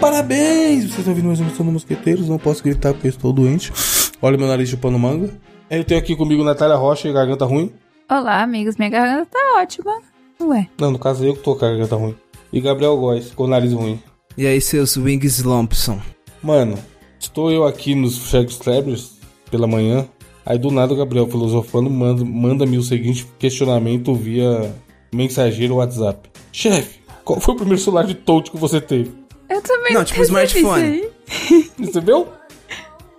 Parabéns! Vocês estão ouvindo mais uma edição do Mosqueteiros, não posso gritar porque eu estou doente. Olha meu nariz chupando manga. Eu tenho aqui comigo Natália Rocha e garganta ruim. Olá, amigos. Minha garganta tá ótima. Ué. Não, no caso eu que tô com a garganta ruim. E Gabriel Góes, com o nariz ruim. E aí, seus Wings Lompson? Mano, estou eu aqui nos Shagos Trablers pela manhã. Aí do nada o Gabriel filosofando manda- manda-me o seguinte questionamento via mensageiro WhatsApp. Chefe, qual foi o primeiro celular de touch que você teve? Eu também Não, tipo percebi smartphone. isso Recebeu?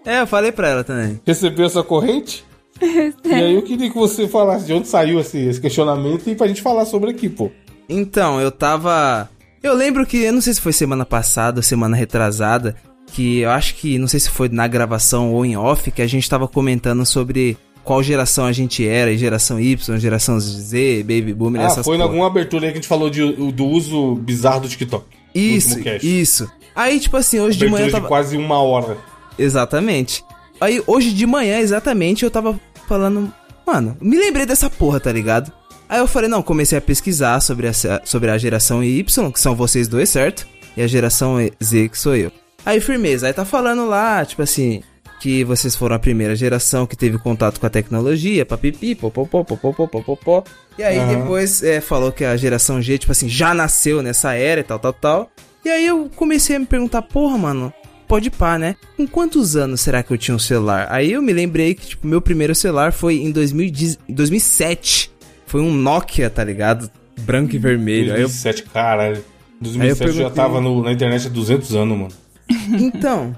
É, eu falei pra ela também. Recebeu essa corrente? e aí eu queria que você falasse de onde saiu esse, esse questionamento e pra gente falar sobre aqui, pô. Então, eu tava. Eu lembro que, eu não sei se foi semana passada, semana retrasada, que eu acho que, não sei se foi na gravação ou em off, que a gente tava comentando sobre qual geração a gente era, geração Y, geração Z, Baby Boomer, Ah, essas foi em porra. alguma abertura aí que a gente falou de- do uso bizarro do TikTok. no Isso, último cast. isso. Aí, tipo assim, hoje de Abertura manhã eu de tava. quase uma hora. Exatamente. Aí hoje de manhã, exatamente, eu tava falando. Mano, me lembrei dessa porra, tá ligado? Aí eu falei, não, comecei a pesquisar sobre a, sobre a geração Y, que são vocês dois, certo? E a geração Z, que sou eu. Aí firmeza, aí tá falando lá, tipo assim, que vocês foram a primeira geração que teve contato com a tecnologia, papipi, popopó, popopó, popopó. E aí Aham. depois é, falou que a geração G, tipo assim, já nasceu nessa era e tal, tal, tal. E aí eu comecei a me perguntar, porra, mano, pode pá, né? Com quantos anos será que eu tinha um celular? Aí eu me lembrei que, tipo, meu primeiro celular foi em 2010 2007. Foi um Nokia, tá ligado? Branco e vermelho. Aí eu 2007, caralho. 2007 já perguntei- tava no- na internet há 200 anos, mano. Então,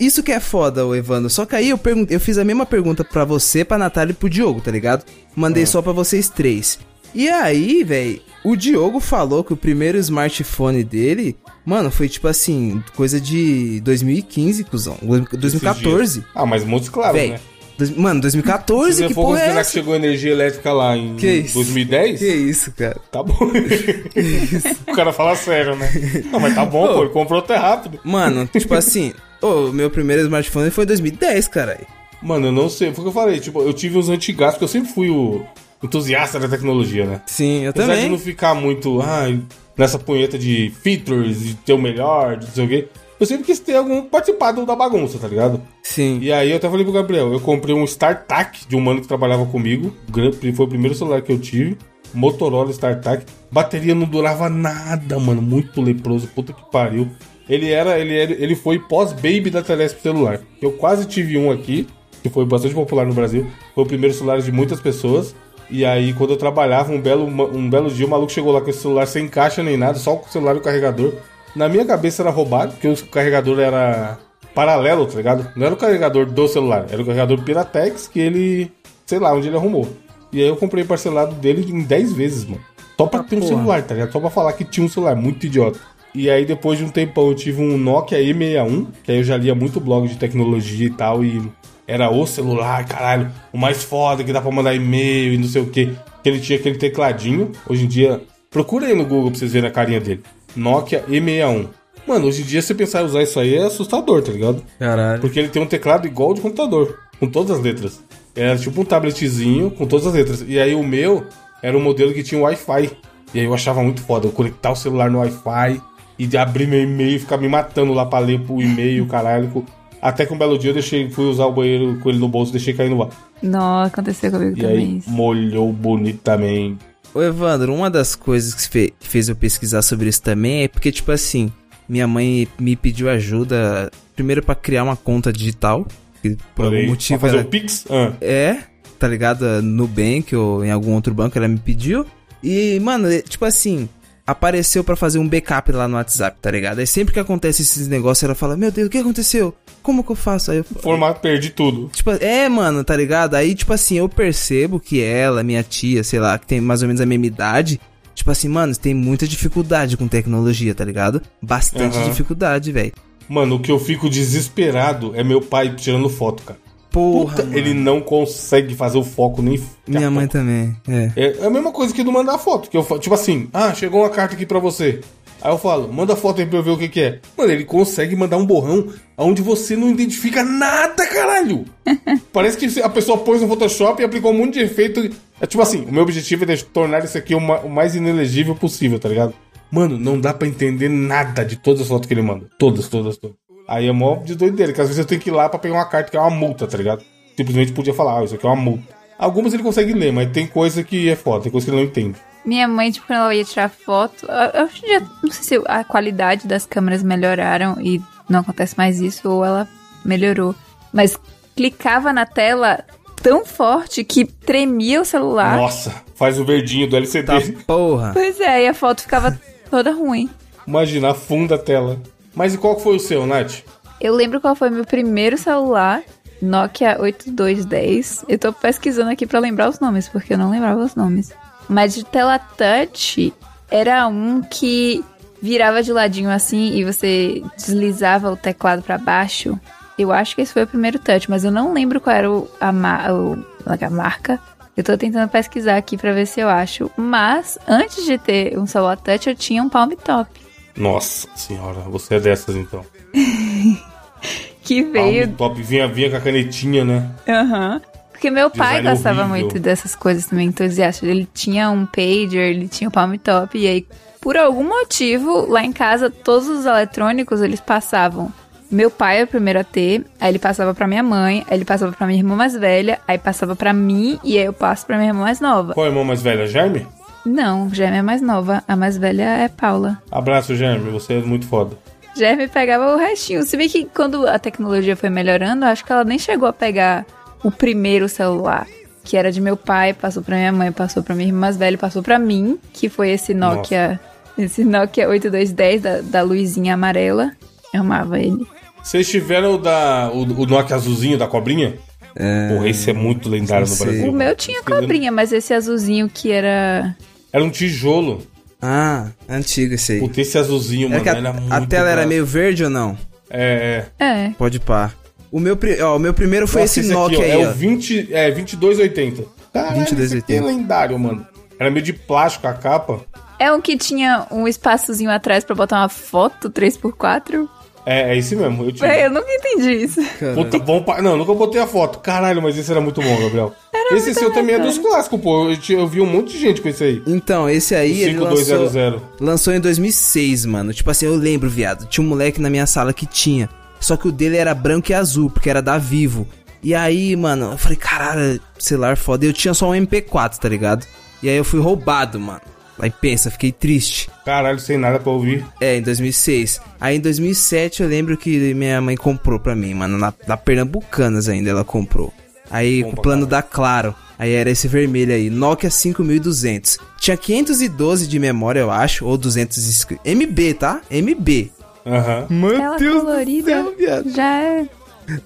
isso que é foda, ô Evandro. Só que aí eu, pergun- eu fiz a mesma pergunta pra você, pra Natália e pro Diogo, tá ligado? Mandei só pra vocês três. E aí, velho, o Diogo falou que o primeiro smartphone dele, mano, foi tipo assim, coisa de 2015, cuzão. Esses 2014. dias. Ah, mas muitos, claro, Véi, né? dois- mano, Se 2014, você que for porra é considerar que essa? chegou energia elétrica lá em Que isso? 2010, Que isso, cara? tá bom. o cara fala sério, né? Não, mas tá bom, pô, ele comprou até rápido. Mano, tipo assim, o meu primeiro smartphone foi em 2010, caralho. Mano, eu não sei, foi o que eu falei, tipo, eu tive uns antigas, porque eu sempre fui o entusiasta da tecnologia, né? Sim, eu Apesar de também. não ficar muito ai, nessa punheta de features, de ter o melhor, de não sei o quê, eu sempre quis ter algum participado da bagunça, tá ligado? Sim. E aí eu até falei pro Gabriel, eu comprei um StarTAC de um mano que trabalhava comigo. gran- Foi o primeiro celular que eu tive. Motorola StarTAC. Bateria não durava nada, mano. Muito leproso, puta que pariu. Ele era, ele era, ele foi pós-baby da Telesp celular. Eu quase tive um aqui, que foi bastante popular no Brasil. Foi o primeiro celular de muitas pessoas. E aí, quando eu trabalhava, um belo, um belo dia, o maluco chegou lá com esse celular sem caixa nem nada, só com o celular e o carregador. Na minha cabeça era roubado, porque o carregador era paralelo, tá ligado? Não era o carregador do celular, era o carregador Piratex que ele, sei lá, onde ele arrumou. E aí eu comprei parcelado dele em 10 vezes, mano. Só pra ter um celular, tá ligado? Só pra falar que tinha um celular, muito idiota. E aí depois de um tempão eu tive um Nokia E61, que aí eu já lia muito blog de tecnologia e tal, e era o celular, caralho, o mais foda que dá pra mandar e-mail e não sei o quê. Que ele tinha aquele tecladinho, hoje em dia. Procura aí no Google pra vocês verem a carinha dele. Nokia E61. Mano, hoje em dia, se você pensar em usar isso aí, é assustador, tá ligado? Caralho. Porque ele tem um teclado igual ao de computador, com todas as letras. Era tipo um tabletzinho com todas as letras. E aí o meu era um modelo que tinha Wi-Fi. E aí eu achava muito foda eu conectar o celular no Wi-Fi e de abrir meu e-mail e ficar me matando lá pra ler pro e-mail, caralho. Até que um belo dia eu deixei, fui usar o banheiro com ele no bolso, deixei cair no ar. Não, aconteceu comigo E também aí isso. molhou bonito também. Ô Evandro, uma das coisas que fe- que fez eu pesquisar sobre isso também é porque, tipo assim, minha mãe me pediu ajuda, primeiro pra criar uma conta digital, que por Olha aí, algum pra motivo fazer ela o Pix? Ah, é, tá ligado? No Bank ou em algum outro banco ela me pediu. E, mano, é, tipo assim, apareceu pra fazer um backup lá no WhatsApp, tá ligado? Aí sempre que acontece esses negócios, ela fala: Meu Deus, o que aconteceu? Como que eu faço? Aí eu formato, perdi tudo. Tipo, é, mano, tá ligado? Aí, tipo assim, eu percebo que ela, minha tia, sei lá, que tem mais ou menos a mesma idade, tipo assim, mano, tem muita dificuldade com tecnologia, tá ligado? Bastante Aham. dificuldade, velho. Mano, o que eu fico desesperado é meu pai tirando foto, cara. Porra, Puta, mano. ele tá não consegue fazer o foco nem. minha mãe também, é. É é a mesma coisa que não mandar foto. Que eu fa- tipo assim, ah, chegou uma carta aqui pra você. Aí eu falo, manda foto aí pra eu ver o que, que é. Mano, ele consegue mandar um borrão onde você não identifica nada, caralho. Parece que a pessoa pôs no Photoshop e aplicou um monte de efeito. É tipo assim, o meu objetivo é de- tornar isso aqui o ma- o mais inelegível possível, tá ligado? Mano, não dá pra entender nada de todas as fotos que ele manda. Todas, todas, todas. Aí é mó de doideira, que às vezes eu tenho que ir lá pra pegar uma carta que é uma multa, tá ligado? Simplesmente podia falar, ah, isso aqui é uma multa. Algumas ele consegue ler, mas tem coisa que é foda, tem coisa que ele não entende. Minha mãe, tipo, quando ela ia tirar foto, eu- eu acho que já, não sei se a qualidade das câmeras melhoraram e não acontece mais isso, ou ela melhorou. Mas clicava na tela tão forte que tremia o celular. Nossa, faz o verdinho do LCD. Tá porra. Pois é, e a foto ficava toda ruim. Imagina, afunda a tela. Mas e qual que foi o seu, Nath? Eu lembro qual foi meu primeiro celular, Nokia 8210. Eu tô pesquisando aqui pra lembrar os nomes, porque eu não lembrava os nomes. Mas de tela touch era um que virava de ladinho assim e você deslizava o teclado pra baixo. Eu acho que esse foi o primeiro touch, mas eu não lembro qual era o, a, ma- o- a marca. Eu tô tentando pesquisar aqui pra ver se eu acho. Mas antes de ter um celular touch, eu tinha um Palm Top. Nossa senhora, você é dessas então. Que veio Palm top, vinha, vinha com a canetinha, né? Aham. Porque meu pai Design gostava horrível. muito dessas coisas também, entusiasta. Ele tinha um pager, ele tinha o palm top, e aí, por algum motivo, lá em casa, todos os eletrônicos, eles passavam. Meu pai era o primeiro a ter, aí ele passava pra minha mãe, aí ele passava pra minha irmã mais velha, aí passava pra mim, e aí eu passo pra minha irmã mais nova. Qual é a irmã mais velha, Germe? Não, Germe é mais nova, a mais velha é Paula. Abraço, Germe, você é muito foda. Germe pegava o restinho. Se bem que quando a tecnologia foi melhorando, eu acho que ela nem chegou a pegar o primeiro celular, que era de meu pai, passou pra minha mãe, passou pra minha irmã mais velha, passou pra mim, que foi esse Nokia, esse Nokia 8210 da, da luzinha amarela. Eu amava ele. Vocês tiveram o, da, o, o Nokia azulzinho da cobrinha? É... Porra, esse é muito lendário no sei. Brasil. um O meu tinha cobrinha, mas esse azulzinho que era Era um tijolo. Ah, antigo esse aí. Puta, esse azulzinho, Era mano, É que era a, muito... a tela era engraçado. meio verde ou não? É, é. é, Pode pá. O meu, pri- ó, o meu primeiro foi Nossa, esse aqui, Nokia ó, aí, É ó. o 20, é, 2280. Caralho, 2280. 2280. é lendário, mano. Era meio de plástico a capa. é um que tinha um espaçozinho atrás pra botar uma foto 3x4. É, é esse mesmo, eu tive. Véi, eu nunca entendi isso. Puta, bom pra... Não, nunca botei a foto. Caralho, mas esse era muito bom, Gabriel. esse seu também é dos clássicos, pô. Eu, tinha- eu vi um monte de gente com esse aí. Então, esse aí, ele lançou, 5200. lançou em 2006, mano. Tipo assim, eu lembro, viado. Tinha um moleque na minha sala que tinha. Só que o dele era branco e azul, porque era da Vivo. E aí, mano, eu falei, caralho, celular foda. Eu tinha só um MP4, tá ligado? E aí eu fui roubado, mano. Aí pensa, fiquei triste. Caralho, sem nada pra ouvir. É, em 2006. Aí em 2007 eu lembro que minha mãe comprou pra mim, mano. Na, na Pernambucanas ainda ela comprou. Aí Bom com o pra plano da Claro. Aí era esse vermelho aí, Nokia 5200. Tinha 512 de memória, eu acho, ou 200 escri- MB, tá? MB. Aham. Meu Tela colorida. Já é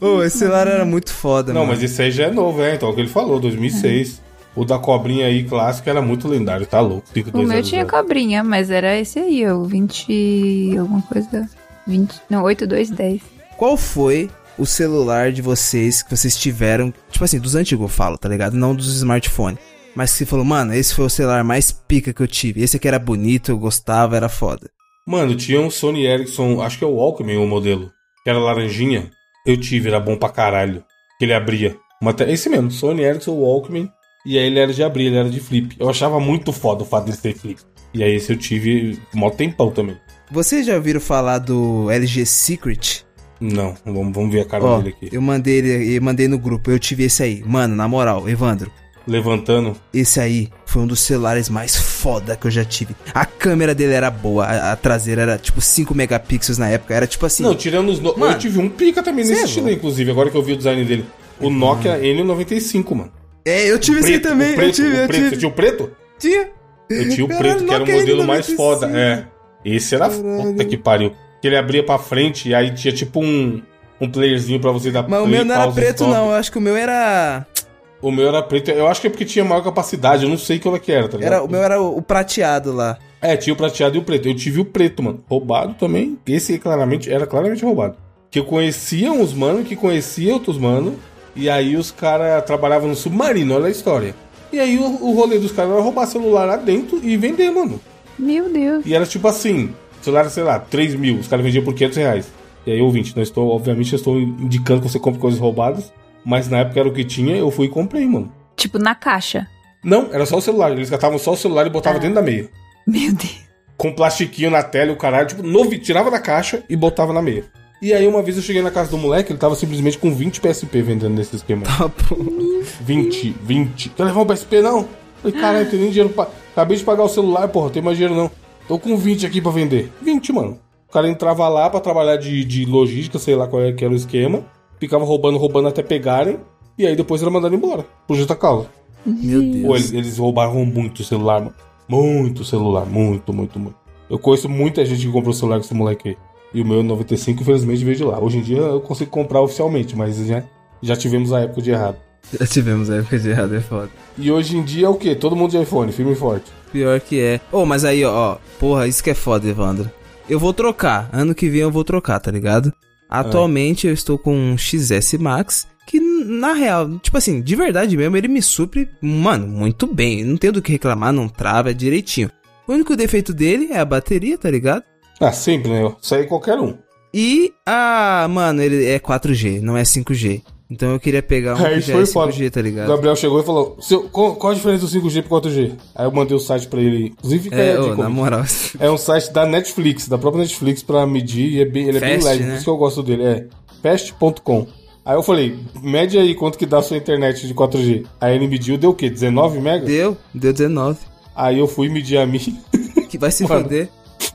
Ô, esse celular era muito foda, Não, mano. mas esse aí já é novo, é. Então, é o que ele falou, 2006. O da cobrinha aí, clássico, era muito lendário. Tá louco. O meu tinha cobrinha, mas era esse aí, o 20. alguma coisa. 20. Não, 8210. Qual foi o celular de vocês que vocês tiveram? Tipo assim, dos antigos eu falo, tá ligado? Não dos smartphones. Mas que você falou, mano, esse foi o celular mais pica que eu tive. Esse aqui era bonito, eu gostava, era foda. Mano, tinha um Sony Ericsson, acho que é o Walkman o modelo, que era laranjinha. Eu tive, era bom pra caralho. Que ele abria. Uma te- Esse mesmo, Sony Ericsson Walkman. E aí ele era de abrir, ele era de flip. Eu achava muito foda o fato dele ter flip. E aí esse eu tive mó tempão também. Vocês já ouviram falar do LG Secret? Não, vamos, vamos ver a cara Ó, dele aqui. eu mandei ele, eu mandei no grupo, eu tive esse aí. Mano, na moral, Evandro, Levantando. esse aí foi um dos celulares mais foda que eu já tive. A câmera dele era boa, a, a traseira era tipo 5 megapixels na época, era tipo assim. Não, tirando os. No... Mano, eu tive um pica também cê nesse é estilo, louco. inclusive, agora que eu vi o design dele. O Nokia N95, mano. é, eu tive esse aí também, o preto, eu tive, o eu preto. tive. Você tinha o preto? Tinha. Eu tinha o Caralho, preto, que era o Nokia modelo mais N95. foda. É. Esse era Caralho. puta que pariu. Que ele abria pra frente e aí tinha tipo um, um playerzinho pra você dar Mas o play, meu não era pause, preto, stop. não. Eu acho que o meu era. O meu era preto. Eu acho que é porque tinha maior capacidade. Eu não sei qual é que era, tá ligado? era o meu era o, o prateado lá. É, tinha o prateado e o preto. Eu tive o preto, mano. Roubado também. Esse aí claramente, era claramente roubado. Que eu conhecia uns mano, que conhecia outros mano. E aí os caras trabalhavam no submarino, olha a história. E aí o, o rolê dos caras era roubar celular lá dentro e vender, mano. Meu Deus. E era tipo assim, o celular, era, sei lá, 3 mil, os caras vendiam por 500 reais. E aí, ouvinte, não estou, obviamente, eu estou indicando que você compre coisas roubadas, mas na época era o que tinha, eu fui e comprei, mano. Tipo, na caixa. Não, era só o celular, eles catavam só o celular e botavam dentro da meia. Meu Deus. com plastiquinho na tela e o caralho, tipo, novo, tirava da caixa e botava na meia. E aí uma vez eu cheguei na casa do moleque, ele tava simplesmente com 20 PSP vendendo nesse esquema. Ah, pô. 20, 20. Quer levar um PSP não? Eu Falei, caralho, não tenho nem dinheiro pra. Acabei de pagar o celular, porra, não tenho mais dinheiro não. Tô com 20 aqui pra vender. 20, mano. O cara entrava lá pra trabalhar de, de logística, sei lá qual era, que era o esquema. Ficava roubando, roubando até pegarem. E aí depois era mandado embora. Por justa causa. Meu Deus. Pô, eles, eles roubaram muito o celular, mano. Muito celular, muito, muito, muito. Eu conheço muita gente que comprou celular com esse moleque aí. E o meu 95, infelizmente, veio de lá. Hoje em dia eu consigo comprar oficialmente, mas já, já tivemos a época de errado. Já tivemos a época de errado, é foda. E hoje em dia é o quê? Todo mundo de iPhone, firme e forte. Pior que é. Ô, mas aí, ó, ó, porra, isso que é foda, Evandro. Eu vou trocar. Ano que vem eu vou trocar, tá ligado? Atualmente eu estou com um XS Max, que na real, tipo assim, de verdade mesmo, ele me supre, mano, muito bem. Não tenho do que reclamar, não trava é direitinho. O único defeito dele é a bateria, tá ligado? Ah, sempre, né? Isso aí qualquer um. E a. Mano, ele é 4G, não é 5G. Então eu queria pegar um É, que isso já é foi foda. 5G, tá O ligado? Gabriel chegou e falou: Seu, qual, qual a diferença do 5G pro 4G? Aí eu mandei o site pra ele. Inclusive, fica aí a É, dica, ô, na ouvinte. moral. É um site da Netflix, da própria Netflix, pra medir e é bem, ele é bem Fast, leve, né? por isso que eu gosto dele. É fast.com. Aí eu falei, mede aí quanto que dá a sua internet de 4G. Aí ele mediu, deu o quê? 19 mega? Deu, deu 19. Aí eu fui medir a mim. Que vai se Mano. foder.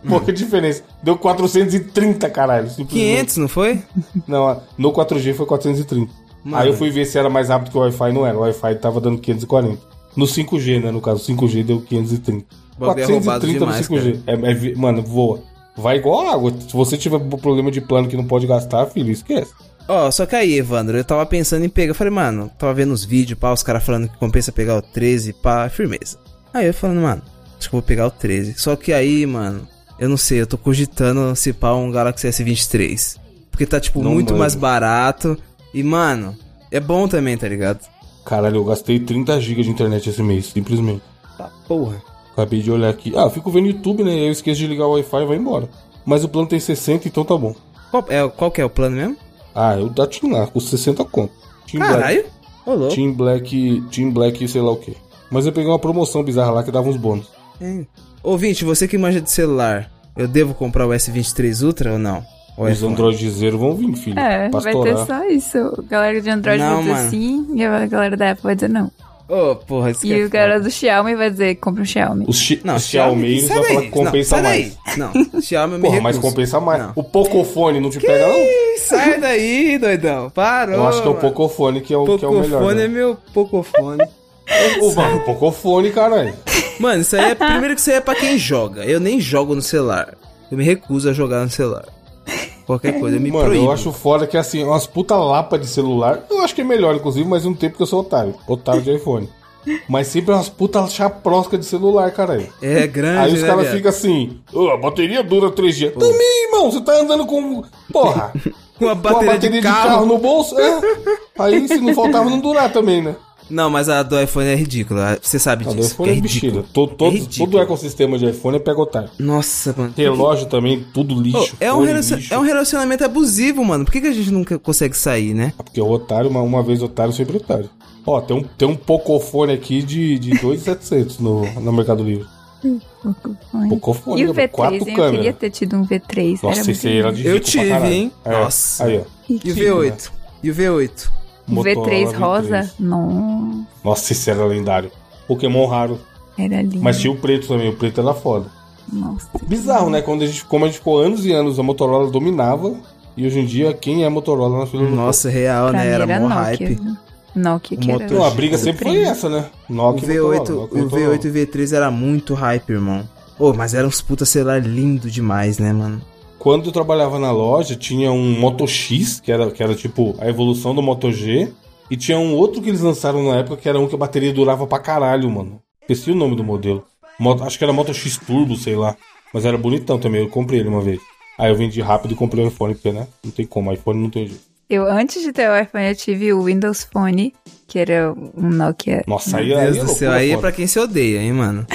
Pouca diferença. Deu 430, caralho. simplesmente. 500, não foi? Não, no 4G foi 430. Mano. Aí eu fui ver se era mais rápido que o Wi-Fi, não era. O Wi-Fi tava dando 540. No 5G, né? No caso, 5G deu 530. Bagulho é roubado demais, no 5G. É, é vi- mano, voa. Vai igual água. Se você tiver um problema de plano que não pode gastar, filho, esquece. Ó, só que aí, Evandro, eu tava pensando em pegar. Eu falei, mano, tava vendo os vídeos, pá, os caras falando que compensa pegar o 13, pá, firmeza. Aí eu falando, mano, acho que eu vou pegar o 13. Só que aí, mano, eu não sei, eu tô cogitando se pá um Galaxy S23. Porque tá, tipo, Não, muito mano. mais barato. E, mano, é bom também, tá ligado? Caralho, eu gastei 30 GB de internet esse mês, simplesmente. Tá, porra. Acabei de olhar aqui. Ah, eu fico vendo YouTube, né? Eu esqueço de ligar o Wi-Fi e vai embora. Mas o plano tem 60, então tá bom. Qual, é, qual que é o plano mesmo? Ah, eu da Tim lá, com 60 conto. Tim Black. Caralho! Ô, louco. Team Black, Team Black, sei lá o que. Mas eu peguei uma promoção bizarra lá que dava uns bônus. Hein? Ouvinte, você que manja de celular, eu devo comprar o S23 Ultra ou não? Ou é Os androidizeiros vão vir, filho. É, vai ter Pastorar. só isso. A galera de Android Não, vai dizer mano. sim, e a galera da Apple vai dizer não. Ô, porra, isso que E é o galera do Xiaomi vai dizer compra um Xiaomi. Os, chi- Não, os Xiaomeiros sai vão falar daí. que compensa não, sai mais. Daí. Não, Xiaomi eu me Porra, mas recuso. compensa mais. Não. O Pocofone não te pega, não? Ih, Sai daí, doidão. Parou. Eu acho que é o mano. Pocofone que é o, que é o melhor. Pocofone é Né? meu pocofone. O, mano, o Pocofone, caralho. Mano, isso aí é. Primeiro que isso aí é pra quem joga. Eu nem jogo no celular. Eu me recuso a jogar no celular. Qualquer coisa, eu me Mano, proíbo. eu acho foda que assim, umas puta lapa de celular. Eu acho que é melhor, inclusive, mas não tem porque eu sou otário. Otário de iPhone. Mas sempre é umas puta chaprosca de celular, caralho. É grande, Aí os né, caras viado? ficam assim, "Ô, a bateria dura três dias. Também, irmão, você tá andando com. Porra! Com a com a bateria, de, carro. no bolso? É. Aí se não faltava não durar também, né? Não, mas a do iPhone é ridícula. Você sabe Não, do disso. iPhone é é ridículo. bexiga. Todo, todo, É ridículo. todo o ecossistema de iPhone é pegotário. Nossa, mano. Relógio também, tudo Ô, lixo. é, um fone relacion- lixo. é um relacionamento abusivo, mano. Por que, que a gente nunca consegue sair, né? Ah, Porque o otário, uma, uma vez otário, sempre otário. Ó, tem um, tem um pocofone aqui de, de 2,700 no, no Mercado Livre. Pocofone, E o né? V3, quatro hein? Eu queria câmeras. ter tido um V3. era Nossa, muito esse aí era de Eu rico pra tive, caralho. hein? É. Nossa. Aí, ó. E o V8? E o V8? O V3 Motorola rosa? Não, Nossa, esse era lendário. Pokémon raro. era lindo. Mas tinha o preto também, o preto era foda. Nossa. Bizarro, né? Quando a gente, como a gente ficou anos e anos, a Motorola dominava. E hoje em dia, quem é Motorola na fila do Nossa, real, Pra né? mim Era mó Nokia. hype. Nokia que O pão? Não, era. a briga sempre foi essa, né? O Nokia e V8, Motorola, Nokia é e o Motorola. V8 e o V3 era muito hype, irmão. Ô, mas era uns puta celular lindo demais, né, mano? Quando eu trabalhava na loja, tinha um Moto X, que era, que era tipo a evolução do Moto G. E tinha um outro que eles lançaram na época, que era um que a bateria durava pra caralho, mano. Esqueci o nome do modelo. Moto- acho que era Moto X Turbo, sei lá. Mas era bonitão também, eu comprei ele uma vez. Aí eu vendi rápido e comprei um iPhone, porque, né? Não tem como, iPhone não tem jeito. Eu, antes de ter o iPhone, eu tive o Windows Phone, que era um Nokia. Nossa, aí, Meu aí Deus é do loucura, céu, aí é foda. pra quem se odeia, hein, mano?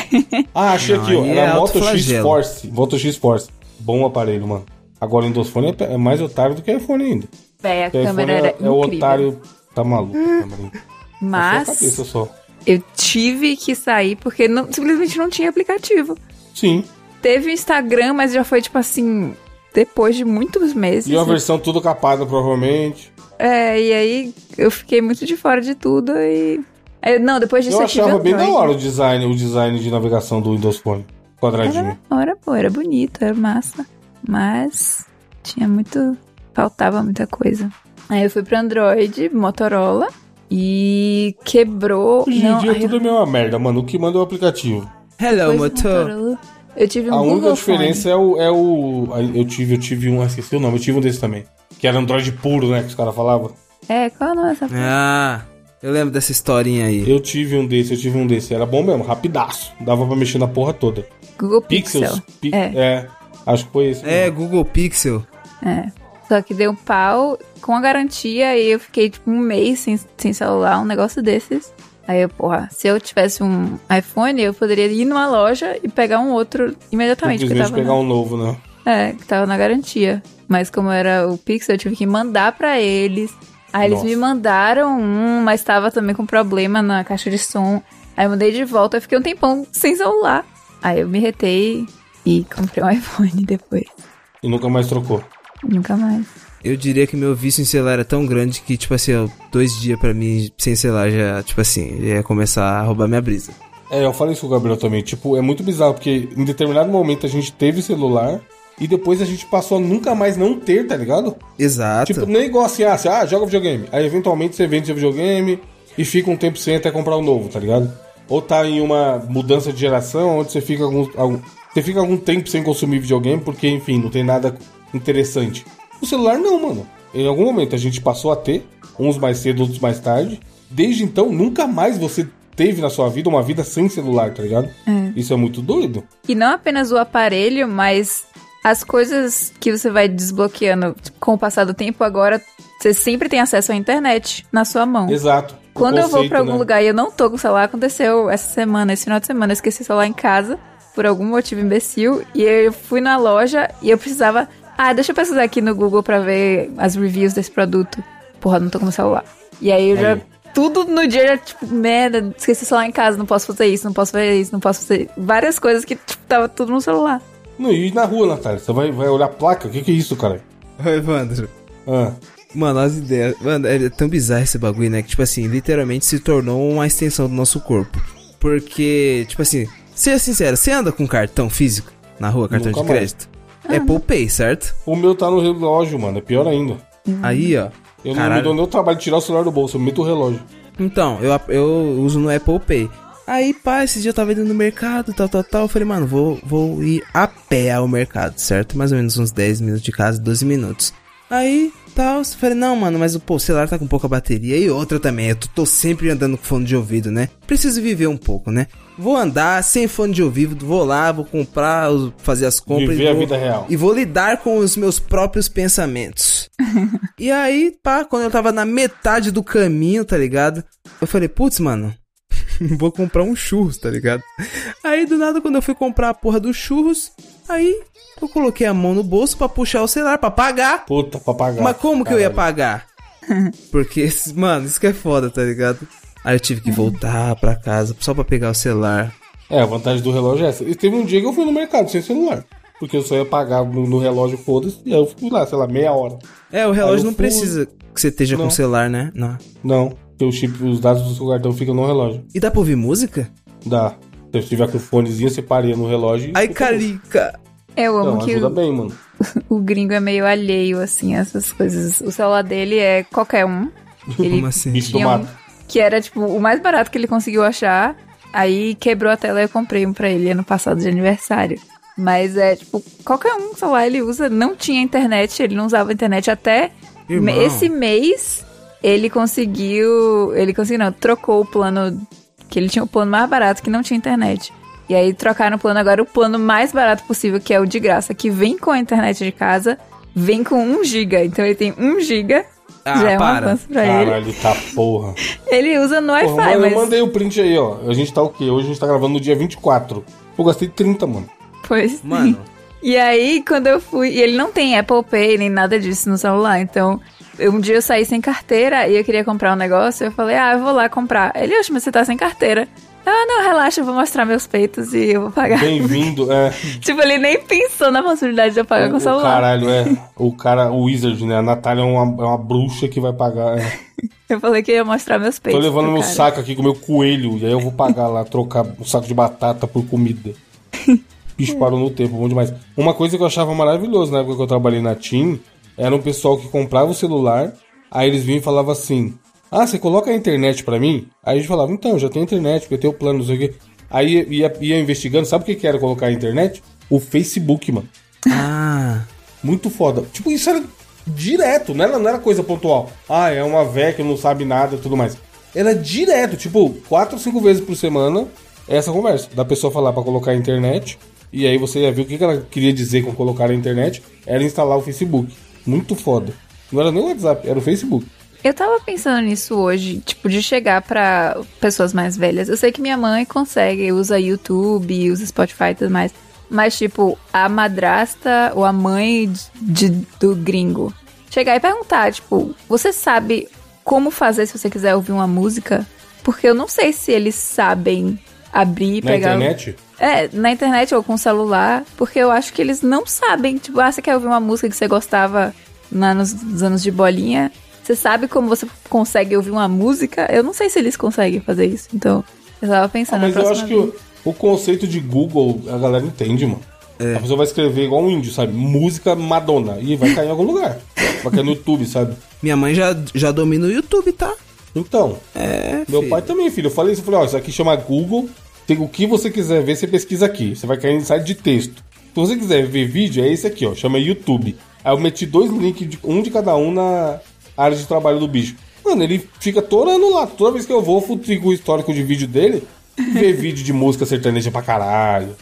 Ah, achei Não, aqui, ó. aí Era é Moto X autoflagelo. Force. Moto X Force. Bom aparelho, mano. Agora o Windows Phone é pe- é mais otário do que iPhone ainda. Véi, a Porque iPhone câmera é, era é o incrível. otário. Tá maluco, também. É só Mas cabeça só. eu tive que sair porque não- simplesmente não tinha aplicativo. Sim. teve o Instagram, mas já foi, tipo assim, depois de muitos meses. E uma versão tudo capada, provavelmente. É, e aí eu fiquei muito de fora de tudo e. aí, não, depois disso eu tive achava bem da Android. hora o design, o design de navegação do Windows Phone. Quadradinho. Era, era, pô, era bonito, era massa. Mas tinha muito. Faltava muita coisa. Aí eu fui pro Android, Motorola, e quebrou. Hoje em não, dia ai, tudo é meio uma merda, mano. O que manda é o aplicativo. Hello, depois do motor. Motorola, Eu tive um a única Google diferença é o, é o. a- Eu tive, eu tive um. ah, Esqueci o nome, eu tive um desse também. Que era Android puro, né? Que os caras falavam. Phone. É, qual é o nome dessa porra? Ah, eu lembro dessa historinha aí. Eu tive um desse, eu tive um desse. Era bom mesmo, rapidaço. Dava pra mexer na porra toda. Google Pixel. Pixels. Pi- É. é. Acho que foi esse. É, mesmo. Google Pixel. É. Só que deu pau com a garantia e eu fiquei tipo um mês sem, sem celular, um negócio desses. Aí eu, porra, se eu tivesse um iPhone, eu poderia ir numa loja e pegar um outro imediatamente. porque eu Simplesmente pegar tava na, um novo, né? É, que tava na garantia. Mas como era o Pixel, eu tive que mandar pra eles. Aí eles Nossa. me mandaram um, mas tava também com problema na caixa de som. Aí eu mandei de volta, eu fiquei um tempão sem celular. Aí eu me retei e comprei um iPhone depois. E nunca mais trocou. Nunca mais. Eu diria que meu vício em celular era tão grande que, tipo assim, eu- dois dias pra mim sem celular já, tipo assim, ia começar a roubar minha brisa. É, eu falei isso com o Gabriel também. Tipo, é muito bizarro, porque em determinado momento a gente teve celular e depois a gente passou a nunca mais não ter, tá ligado? Exato. tá. Tipo, nem igual assim, ah, você, ah, joga videogame. Aí eventualmente você vende seu videogame e fica um tempo sem até comprar um novo, tá ligado? Ou tá em uma mudança de geração onde você fica algum, algum- você fica algum tempo sem consumir videogame porque, enfim, não tem nada interessante. O celular não, mano. Em algum momento a gente passou a ter, uns mais cedo, outros mais tarde. Desde então, nunca mais você teve na sua vida uma vida sem celular, tá ligado? Isso é muito doido. E não apenas o aparelho, mas as coisas que você vai desbloqueando com o passar do tempo, agora você sempre tem acesso à internet na sua mão. Exato. O É. Quando eu vou conceito, pra algum né? lugar e eu não tô com o celular, aconteceu essa semana, esse final de semana, eu esqueci o celular em casa, por algum motivo imbecil, e eu fui na loja e eu precisava. Ah, deixa eu pesquisar aqui no Google pra ver as reviews desse produto. Porra, não tô com o celular. E aí eu já. Aí. Tudo no dia já, tipo, merda, esqueci o celular em casa, não posso fazer isso, não posso fazer isso, não posso fazer. Várias coisas que, tipo, tava tudo no celular. Não, e na rua, Natália? Você vai, vai olhar a placa? O que, que é isso, cara? Ô, Evandro. Ah. Mano, as ideias. Mano, é tão bizarro esse bagulho, né? Que, tipo assim, literalmente se tornou uma extensão do nosso corpo. Porque, tipo assim, seja sincero, você anda com cartão físico na rua, cartão Nunca de mais. crédito? Apple Pay, certo? O meu tá no relógio, mano. É pior ainda. Aí, ó. Eu não me caralho. dou nem o trabalho de tirar o celular do bolso, eu meto o relógio. Então, eu, eu uso no Apple Pay. Aí, pá, esse dia eu tava indo no mercado, tal, tal, tal. Eu falei, mano, vou, vou ir a pé ao mercado, certo? Mais ou menos uns 10 minutos de casa, 12 minutos. Aí, tal, eu falei, não, mano, mas pô, o celular tá com pouca bateria. E outra também, eu tô, tô sempre andando com fone de ouvido, né? Preciso viver um pouco, né? Vou andar sem fone de ouvido, vou lá, vou comprar, os- fazer as compras. Viver a vou- vida real. E vou lidar com os meus próprios pensamentos. E aí, pá, quando eu tava na metade do caminho, tá ligado? Eu falei, putz, mano, vou comprar um churros, tá ligado? Aí do nada, quando eu fui comprar a porra do churros, aí eu coloquei a mão no bolso pra puxar o celular, pra pagar. Puta, pra pagar. Mas como que eu ia Caralho. pagar? Porque, esse- mano, isso que é foda, tá ligado? Aí eu tive que voltar pra casa só pra pegar o celular. É, a vantagem do relógio é essa. E teve um dia que eu fui no mercado sem celular. Porque eu só ia pagar no, no relógio, foda-se, e aí eu fui lá, sei lá, meia hora. É, o relógio eu não fui- precisa que você esteja com Não. o celular, né? Não. Não, porque o chip, os dados do seu cartão ficam no relógio. E dá pra ouvir música? Dá. Se você tiver com o fonezinho, você paria no relógio. e Ai, escuta a música. carica! Eu amo Então, que ajuda o, bem, mano. o gringo é meio alheio, assim, a essas coisas. O celular dele é qualquer um. Ele Como assim? Bicho do tinha um mato. que era tipo o mais barato que ele conseguiu achar. Aí quebrou a tela e eu comprei um pra ele ano passado de aniversário. Mas é tipo, qualquer um celular ele usa, não tinha internet, ele não usava internet até Irmão. esse mês ele conseguiu, ele conseguiu não, trocou o plano que ele tinha o plano mais barato que não tinha internet. E aí trocaram o plano agora o plano mais barato possível, que é o de graça, que vem com a internet de casa, vem com 1 GB. Então ele tem 1 GB. Ah, já é um para. avanço pra ele. Caralho, tá porra. Ele usa no Porra, Wi-Fi, mano, mas. eu mandei o print aí, ó. A gente tá o quê? Hoje a gente tá gravando no dia 24. Eu gastei 30, mano. Pois. Mano, E aí, quando eu fui. E ele não tem Apple Pay nem nada disso no celular. Então, eu- um dia eu saí sem carteira e eu queria comprar um negócio. Eu falei, ah, eu vou lá comprar. Ele, oxe, mas você tá sem carteira. Ah, não, relaxa, eu vou mostrar meus peitos e eu vou pagar. Bem-vindo, é. Tipo, ele nem pensou na possibilidade de eu pagar Tá com o o celular. caralho, é. O cara, o Wizard, né? A Natália é uma, é uma bruxa que vai pagar. é. Eu falei que eu ia mostrar meus Tô peitos. levando pro meu cara. saco aqui com meu coelho. E aí eu vou pagar lá, trocar um saco de batata por comida. Bicho parou no tempo, bom demais. Uma coisa que eu achava maravilhoso na época que eu trabalhei na TIM era um pessoal que comprava o celular, aí eles vinham e falavam assim: Ah, você coloca a internet pra mim? Aí a gente falava: Então, eu já tenho internet, porque eu tenho plano, não sei o quê. Aí ia, ia investigando, sabe o que que era colocar a internet? O Facebook, mano. Ah. Muito foda. Tipo, isso era direto, não era, não era coisa pontual. Ah, é uma véia que não sabe nada e tudo mais. Era direto, tipo, quatro, cinco vezes por semana, essa conversa. Da pessoa falar pra colocar a internet, e aí você ia ver o que que ela queria dizer com colocar a internet, era instalar o Facebook. Muito foda. Não era nem o WhatsApp, era o Facebook. Eu tava pensando nisso hoje, tipo, de chegar pra pessoas mais velhas. Eu sei que minha mãe consegue, usa YouTube, usa Spotify e tudo mais. Mas, tipo, a madrasta ou a mãe de, de- do gringo. Chegar e perguntar, tipo, você sabe como fazer se você quiser ouvir uma música? Porque eu não sei se eles sabem abrir e Na pegar. internet, É, na internet ou com celular, porque eu acho que eles não sabem. Tipo, ah, você quer ouvir uma música que você gostava lá nos, nos anos de bolinha? Você sabe como você consegue ouvir uma música? Eu não sei se eles conseguem fazer isso. Então, eu tava Ah, pensando. mas na eu acho próxima que vez. o, o conceito de Google a galera entende, mano. A pessoa vai escrever igual um índio, sabe? Música Madonna. E vai cair em algum lugar. Vai cair no YouTube, sabe? Minha mãe já, já domina o YouTube, tá? Então, É. Meu filho. pai também, filho. Eu falei isso, eu falei, ó, isso aqui chama Google. Tem o que você quiser ver, você pesquisa aqui. Você vai cair no site de texto. Se você quiser ver vídeo, é esse aqui, ó. Chama YouTube. Aí eu meti dois links, de- um de cada um na área de trabalho do bicho. Mano, ele fica torando lá. Toda vez que eu vou, futrigo o histórico de vídeo dele. Vê vídeo de música sertaneja pra caralho.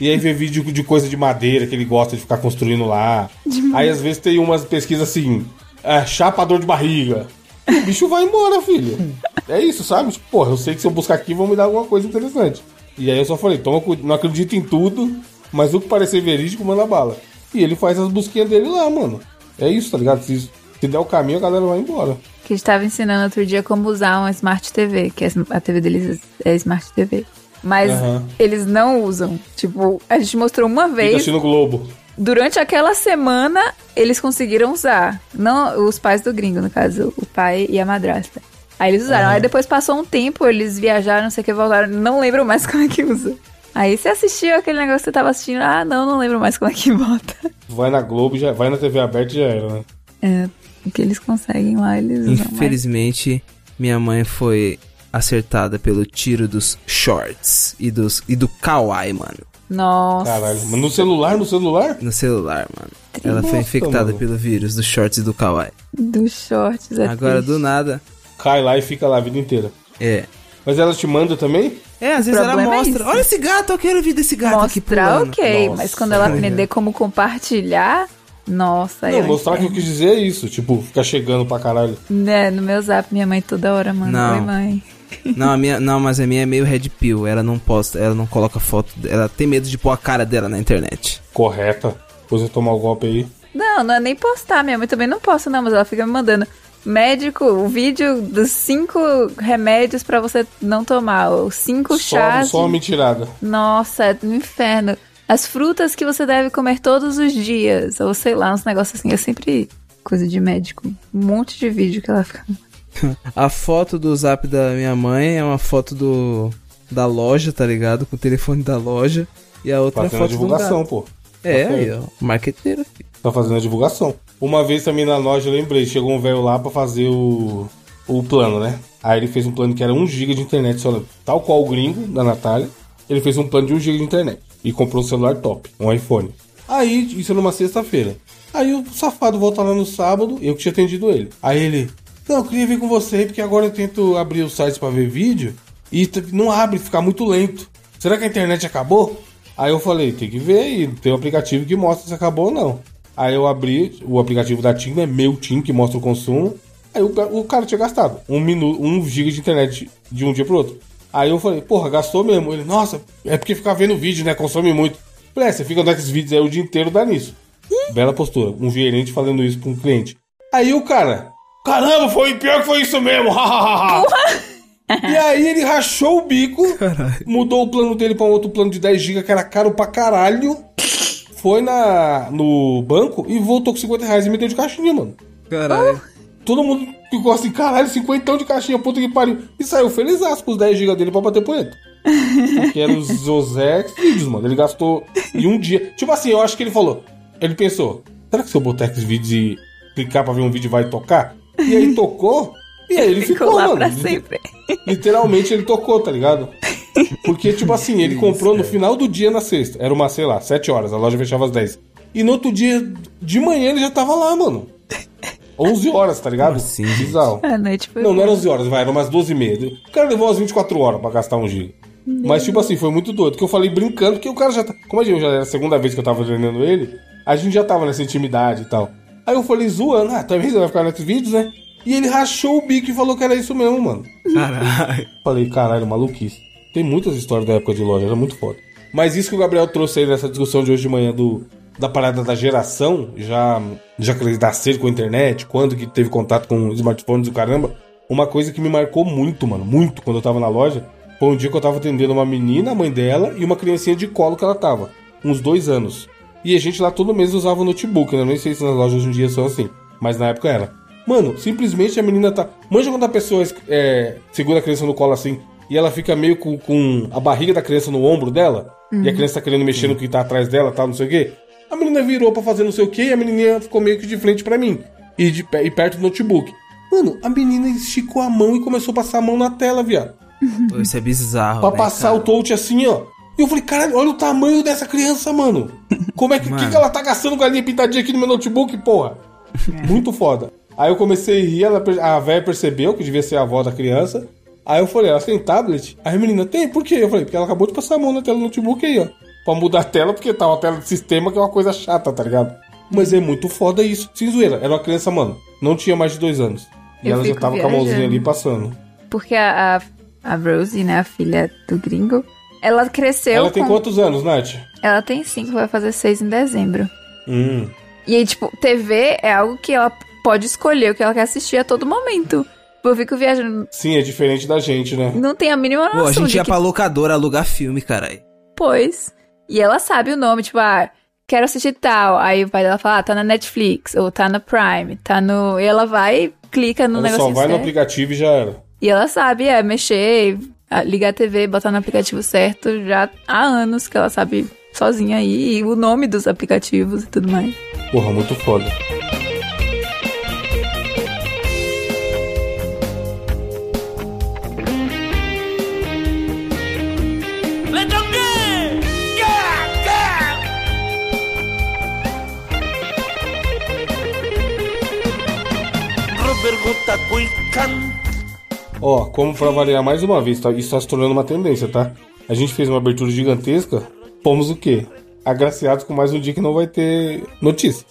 E aí vê vídeo de coisa de madeira que ele gosta de ficar construindo lá. Aí às vezes tem umas pesquisas assim, é, chapa dor de barriga. O bicho vai embora, filho. É isso, sabe? Tipo, porra, eu sei que se eu buscar aqui vão me dar alguma coisa interessante. E aí eu só falei, toma cuidado, não acredito em tudo, mas o que parecer verídico, manda bala. E ele faz as busquinhas dele lá, mano. É isso, tá ligado? Se, se der o caminho, a galera vai embora. Que a gente tava ensinando outro dia como usar uma Smart TV, que a TV deles é Smart TV. Mas Aham. eles não usam. Tipo, a gente mostrou uma Fica vez. assistindo o Globo. Durante aquela semana, eles conseguiram usar. Não os pais do gringo, no caso, o pai e a madrasta. Aí eles usaram. Aí depois passou um tempo, eles viajaram, não sei o que, voltaram. Não lembro mais como é que usa. Aí você assistiu aquele negócio que você tava assistindo. Ah, não, não lembro mais como é que bota. Vai na Globo, já, vai na TV aberta e já era, né? É, o que eles conseguem lá, eles usam. mais. Infelizmente, minha mãe foi acertada pelo tiro dos shorts e, dos, e do kawaii, mano. Nossa. Caralho. Mas no celular, no celular? No celular, mano. Ela foi Nossa, infectada mano. pelo vírus dos shorts e do kawaii. Dos shorts. É Agora, triste. do nada, Cai lá e fica lá a vida inteira. é... Mas ela te manda também? É, às vezes O ela problema é mostra. isso. Olha esse gato, eu quero ver desse gato aqui Mostrar, pulando. ok. Mas Nossa, quando ela olha. aprender como compartilhar. Nossa, Não, eu. mostrar que eu quis dizer é isso. Tipo, ficar chegando pra caralho. Né, no meu zap, minha mãe toda hora manda. Não. Oi, mãe. Não, a minha, não, mas a minha é meio red pill. Ela não posta, ela não coloca foto. Ela tem medo de pôr a cara dela na internet. Correta. Depois eu tomar o golpe aí. Não, não é nem postar. Minha mãe também não posta, não, mas ela fica me mandando. Médico, o vídeo dos cinco remédios pra você não tomar. Os cinco Só, chás. só uma mentirada. Nossa, é um inferno. As frutas que você deve comer todos os dias. Ou sei lá, uns negócios assim. É sempre coisa de médico. Um monte de vídeo que ela fica. A foto do zap da minha mãe é uma foto do da loja, tá ligado? Com o telefone da loja. E a outra Tá Fazendo a foto do divulgação, gato. pô. É, Tá aí, certo. ó. Marqueteiro, filho. Tá fazendo a divulgação. Uma vez também na loja, eu lembrei, chegou um velho lá pra fazer o, o plano, né? Aí ele fez um plano que era 1 GB de internet, só, tal qual o gringo da Natália. Ele fez um plano de 1 GB de internet e comprou um celular top, um iPhone. Aí, isso numa sexta-feira. Aí o safado volta lá no sábado, eu que tinha atendido ele. Aí ele, não, eu queria vir com você, porque agora eu tento abrir o site pra ver vídeo e t- não abre, fica muito lento. Será que a internet acabou? Aí eu falei, tem que ver aí, tem um aplicativo que mostra se acabou ou não. Aí eu abri o aplicativo da TIM, é meu TIM, que mostra o consumo. Aí o, ca- o cara tinha gastado um minuto, um giga de internet de um dia pro outro. Aí eu falei, porra, gastou mesmo. Ele, nossa, é porque ficar vendo vídeo, né? Consome muito. Falei, é, você fica vendo esses vídeos aí o dia inteiro, dá nisso. Bela postura, um gerente falando isso pra um cliente. Aí o cara, caramba, foi pior que foi isso mesmo, hahaha. E aí ele rachou o bico, mudou o plano dele pra um outro plano de 10 GB, que era caro pra caralho. Foi na, no banco e voltou com 50 reais e me deu de caixinha, mano. Caralho. Todo mundo que gosta de caralho, 50 de caixinha, puta que pariu. E saiu feliz com os 10 GB dele pra bater punheta. Porque eram os Osex vídeos, mano. Ele gastou em um dia. Tipo assim, eu acho que ele falou. Ele pensou: será que se eu botar X vídeos e clicar pra ver um vídeo vai tocar? E aí tocou. E aí ele ficou, Ficou lá mano. pra sempre. Literalmente ele tocou, tá ligado? Porque, tipo assim, ele comprou no final do dia na sexta. Era uma, sei lá, 7 horas, a loja fechava às 10. E no outro dia, de manhã, ele já tava lá, mano. 11 horas, tá ligado? Como assim, gente? Bizarro. A noite foi. Não, não era 11 horas, vai, era umas 12 e meia. O cara levou umas 24 horas pra gastar um giga. Mas, tipo assim, foi muito doido. Que eu falei brincando, porque o cara já tá. Como a gente já era a segunda vez que eu tava treinando ele, a gente já tava nessa intimidade e tal. Aí eu falei zoando, ah, talvez ele vai ficar nesses vídeos, né? E ele rachou o bico e falou que era isso mesmo, mano. Caralho. Falei, caralho, maluquice. Tem muitas histórias da época de loja, era muito foda. Mas isso que o Gabriel trouxe aí nessa discussão de hoje de manhã do, da parada da geração, já, já que eles nasceram com a internet, quando que teve contato com smartphones e o caramba, uma coisa que me marcou muito, mano, muito quando eu tava na loja, foi um dia que eu tava atendendo uma menina, a mãe dela, e uma criancinha de colo que ela tava, uns dois anos. E a gente lá todo mês usava notebook, né? Nem sei se nas lojas hoje em dia são assim, mas na época era. Mano, simplesmente a menina tá. Manja quando a pessoa é, segura a criança no colo assim e ela fica meio com, com a barriga da criança no ombro dela e a criança tá querendo mexer no que tá atrás dela, tal, não sei o quê. A menina virou pra fazer não sei o quê e a menininha ficou meio que de frente pra mim e, de, pé- e perto do notebook. Mano, a menina esticou a mão e começou a passar a mão na tela, viado. Pô, Isso é bizarro. Pra né, passar cara? o touch assim, ó. E eu falei, caralho, olha o tamanho dessa criança, mano. Como é que, Mano. que, que ela tá gastando galinha pintadinha aqui no meu notebook, porra? É. Muito foda. Aí eu comecei a rir, ela, per- a velha percebeu que devia ser a avó da criança. Aí eu falei, ela tem tablet? Aí a menina, tem, por quê? Eu falei, porque ela acabou de passar a mão na tela do notebook aí, ó. Pra mudar a tela, porque tá uma tela de sistema que é uma coisa chata, tá ligado? Mas é muito foda isso. Sem zoeira, era uma criança, mano, não tinha mais de dois anos. E Eu ela já fico tava com a mãozinha viajando. ali passando. Porque a, a, a Rosie, né, a filha do gringo, ela cresceu. ela tem com- quantos anos, Nath? Ela tem cinco, vai fazer seis em dezembro. Hum. E aí, tipo, TV é algo que ela pode escolher o que ela quer assistir a todo momento. Tipo, Eu fico viajando, Sim, é diferente da gente, né? não tem a mínima noção Pô, a gente de ia é que pra locadora alugar filme, caralho. depois. E ela sabe o nome, tipo, ah, quero assistir tal. Aí o pai dela fala, ah, tá na Netflix, ou tá na Prime, tá no. E ela vai, clica no Ela só negocinho vai no certo. aplicativo e já era. E ela sabe, é, mexer, a- ligar a TV, botar no aplicativo certo já há anos que ela sabe sozinha aí, e o nome dos aplicativos e tudo mais. Porra, muito foda. Ó, como pra variar mais uma vez, tá? isso tá se tornando uma tendência, tá? A gente fez uma abertura gigantesca, fomos o quê? Agraciados com mais um dia que não vai ter notícia.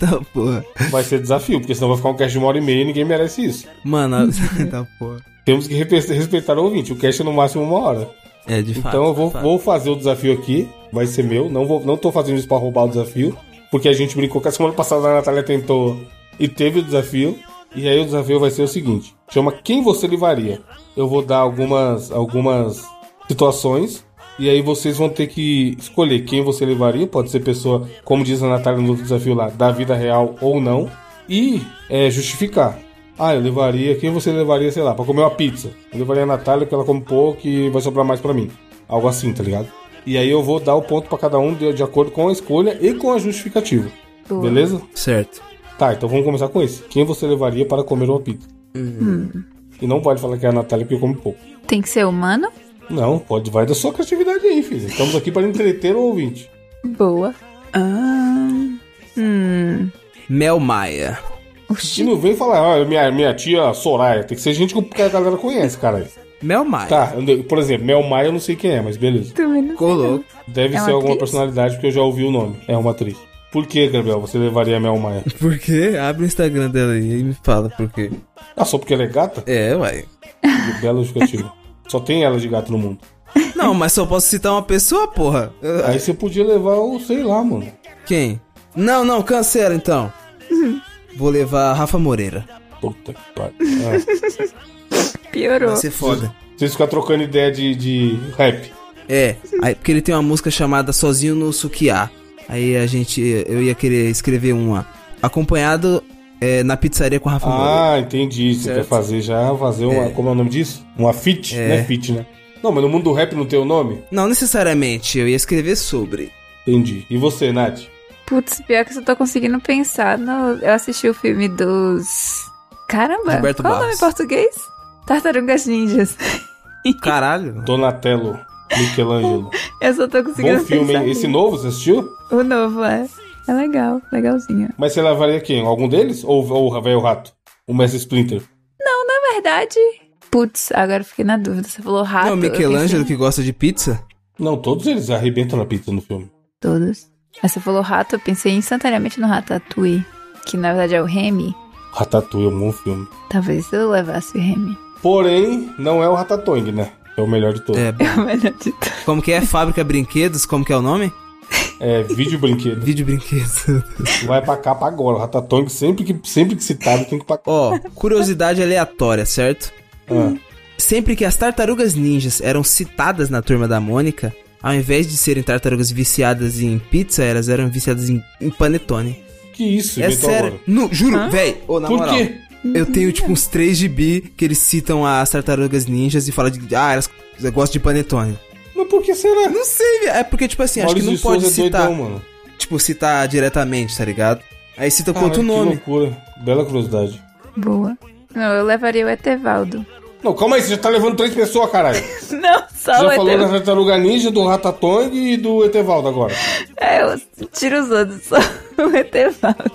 tá porra. Vai ser desafio, porque senão vai ficar um cast de uma hora e meia e ninguém merece isso. Mano, tá porra. Temos que repe- respeitar o ouvinte, o cast é no máximo uma hora. É, de fato. Então eu vou, de fato. vou fazer o desafio aqui, vai ser meu. Não, vou, não tô fazendo isso pra roubar o desafio, porque a gente brincou que a semana passada a Natália tentou e teve o desafio. E aí o desafio vai ser o seguinte: chama quem você levaria. Eu vou dar algumas, algumas situações. E aí vocês vão ter que escolher quem você levaria. Pode ser pessoa, como diz a Natália no outro desafio lá, da vida real ou não. E é, justificar. Ah, eu levaria. Quem você levaria, sei lá, pra comer uma pizza? Eu levaria a Natália, porque ela come pouco e vai sobrar mais pra mim. Algo assim, tá ligado? E aí eu vou dar o ponto pra cada um de, de acordo com a escolha e com a justificativa. Boa. Beleza? Certo. Tá, então vamos começar com esse. Quem você levaria para comer uma pizza? E não pode falar que é a Natália porque come pouco. Tem que ser humano? Não, pode, vai da sua criatividade aí, filho. Estamos aqui para entreter o ouvinte. Boa. Ah, hum. Mel Maia. E Oxi. não vem falar, ah, minha, minha tia Soraya. Tem que ser gente que a galera conhece, cara. Mel Maia. Tá, eu- por exemplo, Mel Maia eu não sei quem é, mas beleza. Também não sei não. Ficou louco. Deve É uma ser alguma atriz? personalidade, porque eu já ouvi o nome. É uma atriz. Por que, Gabriel, você levaria a Mel Maia? Por quê? Abre o Instagram dela aí e me fala por quê. Ah, só porque ela é gata? É, uai. Que bela justificativa. Só tem ela de gato no mundo. Não, mas só posso citar uma pessoa, porra. Eu- Aí você podia levar o, sei lá, mano. Quem? Não, não, cancela então. Vou levar a Rafa Moreira. Puta que pariu. Ah. Piorou. Vai ser foda. Vocês ficam trocando ideia de, de rap. É, aí, porque ele tem uma música chamada Sozinho no Sukiá. Aí a gente, eu ia querer escrever uma. Acompanhado é, na pizzaria com o Rafa Moura. Ah, entendi. Você quer Certo. fazer já, fazer uma. Como é o nome disso? Uma fit? É. Não é fit, né? Não, mas no mundo do rap não tem o nome? Não necessariamente, eu ia escrever sobre. Entendi. E você, Nath? Putz, pior que eu só tô conseguindo pensar no. Eu assisti o filme dos. Caramba! Roberto qual o nome em Barros. português? Tartarugas Ninjas. Caralho. Donatello, Michelangelo. Eu só tô conseguindo Bom filme, pensar. hein? Esse novo, você assistiu? O novo, é. É legal, legalzinho. Mas você levaria quem? Algum deles? Ou, ou o velho rato? O Mestre Splinter? Na verdade. Putz, agora eu fiquei na dúvida. Você falou rato. Não, eu é Michelangelo pensei que gosta de pizza? Não, todos eles arrebentam na pizza no filme. em Todos. Mas você falou rato, eu pensei instantaneamente no Ratatouille. Que na verdade é o Remy. Ratatouille é um bom filme. Talvez eu levasse o Remy. Porém, não é o Ratatouille, né? É o melhor de todos. É, É, É o melhor de tudo. como que é? Fábrica Brinquedos? Como que é o nome? É, vídeo brinquedo. Vídeo Brinquedos. Vai pra capa agora. O Ratatouille, sempre que, sempre que citado, tem que ir pra cá. Ó, curiosidade aleatória, certo? Ah, Sempre que as tartarugas ninjas eram citadas na turma da Mônica, ao invés de serem tartarugas viciadas em pizza, elas eram viciadas em, em panetone. que isso, é inventou sério. agora. Não, juro, Hã? véi. Ô, na Por moral, quê? Eu tenho tipo uns 3 gibi que eles citam as tartarugas ninjas e falam de. Ah, elas gostam de panetone. Mas por que será? Não sei, véi. É porque, tipo assim, Maurício acho de que não pode Souza é citar. doidão, mano. tipo, citar diretamente, tá ligado? Aí cita com Caralho, outro Que nome. loucura. Bela curiosidade. Boa. Não, eu levaria o Etevaldo. Não, calma aí, você já tá levando três pessoas, caralho. Você Não, só o já falou né? da Etevaldo. Tartaruga Ninja, do Ratatouille e do Etevaldo agora. É, eu tiro os outros, só o Etevaldo.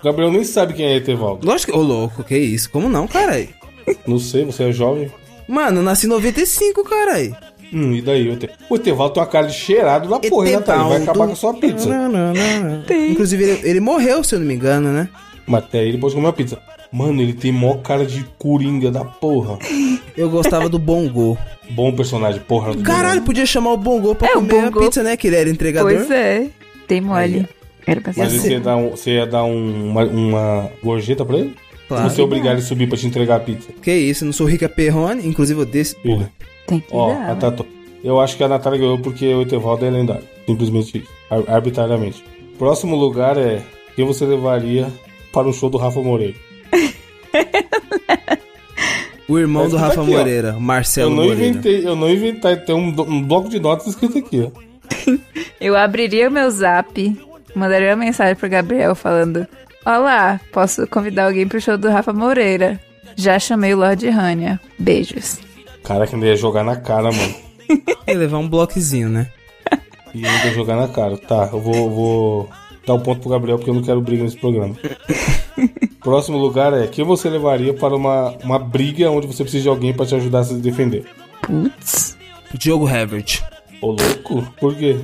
O Gabriel nem sabe quem é Etevaldo. Lógico que. Ô, louco, que isso? Como não, caralho? Não sei, você é jovem. Mano, eu nasci em 95, caralho. Hum, e daí? O Ete- O Etevaldo tem uma cara de cheirado na porra, hein, Natália? Vai acabar com a sua pizza. Tem. Inclusive, ele, ele morreu, se eu não me engano, né? Mas até aí ele pode comer uma pizza. Mano, ele tem mó cara de coringa da porra. Eu gostava do Bongo. Bom personagem, porra. Caralho, podia chamar o Bongo pra É, o comer Bongo. a pizza, né? Que ele era entregador. Pois é. Tem mole. Era pra ser Mas aí assim. você ia dar, um- você ia dar um- uma, uma gorjeta pra ele? Claro. Você obrigar ele a subir pra te entregar a pizza. Que isso, eu não sou rica perrone, inclusive eu desse. Filha. Tem que Ó, dar. a Tato. Eu acho que a Natália ganhou porque o Etevaldo é lendário. Simplesmente isso. Ar- Arbitrariamente. Próximo lugar é quem você levaria para o show do Rafa Moreira. O irmão Mas do tá Rafa aqui, ó. Moreira, Eu Marcelo não Moreira. inventei, eu não inventei. Tem um, do- um bloco de notas escrito aqui, ó. Eu abriria o meu zap, mandaria uma mensagem pro Gabriel falando: Olá, posso convidar alguém pro show do Rafa Moreira. Já chamei o Lorde Rania. Beijos. Cara, que ainda ia jogar na cara, mano. E levar um bloquezinho, né? E ainda ia jogar na cara. Tá, eu vou, vou dar o ponto pro Gabriel porque eu não quero briga nesse programa. Próximo lugar é quem você levaria para uma, uma briga onde você precisa de alguém para te ajudar a se defender. Putz. Diogo Herbert. Ô, louco? Por quê?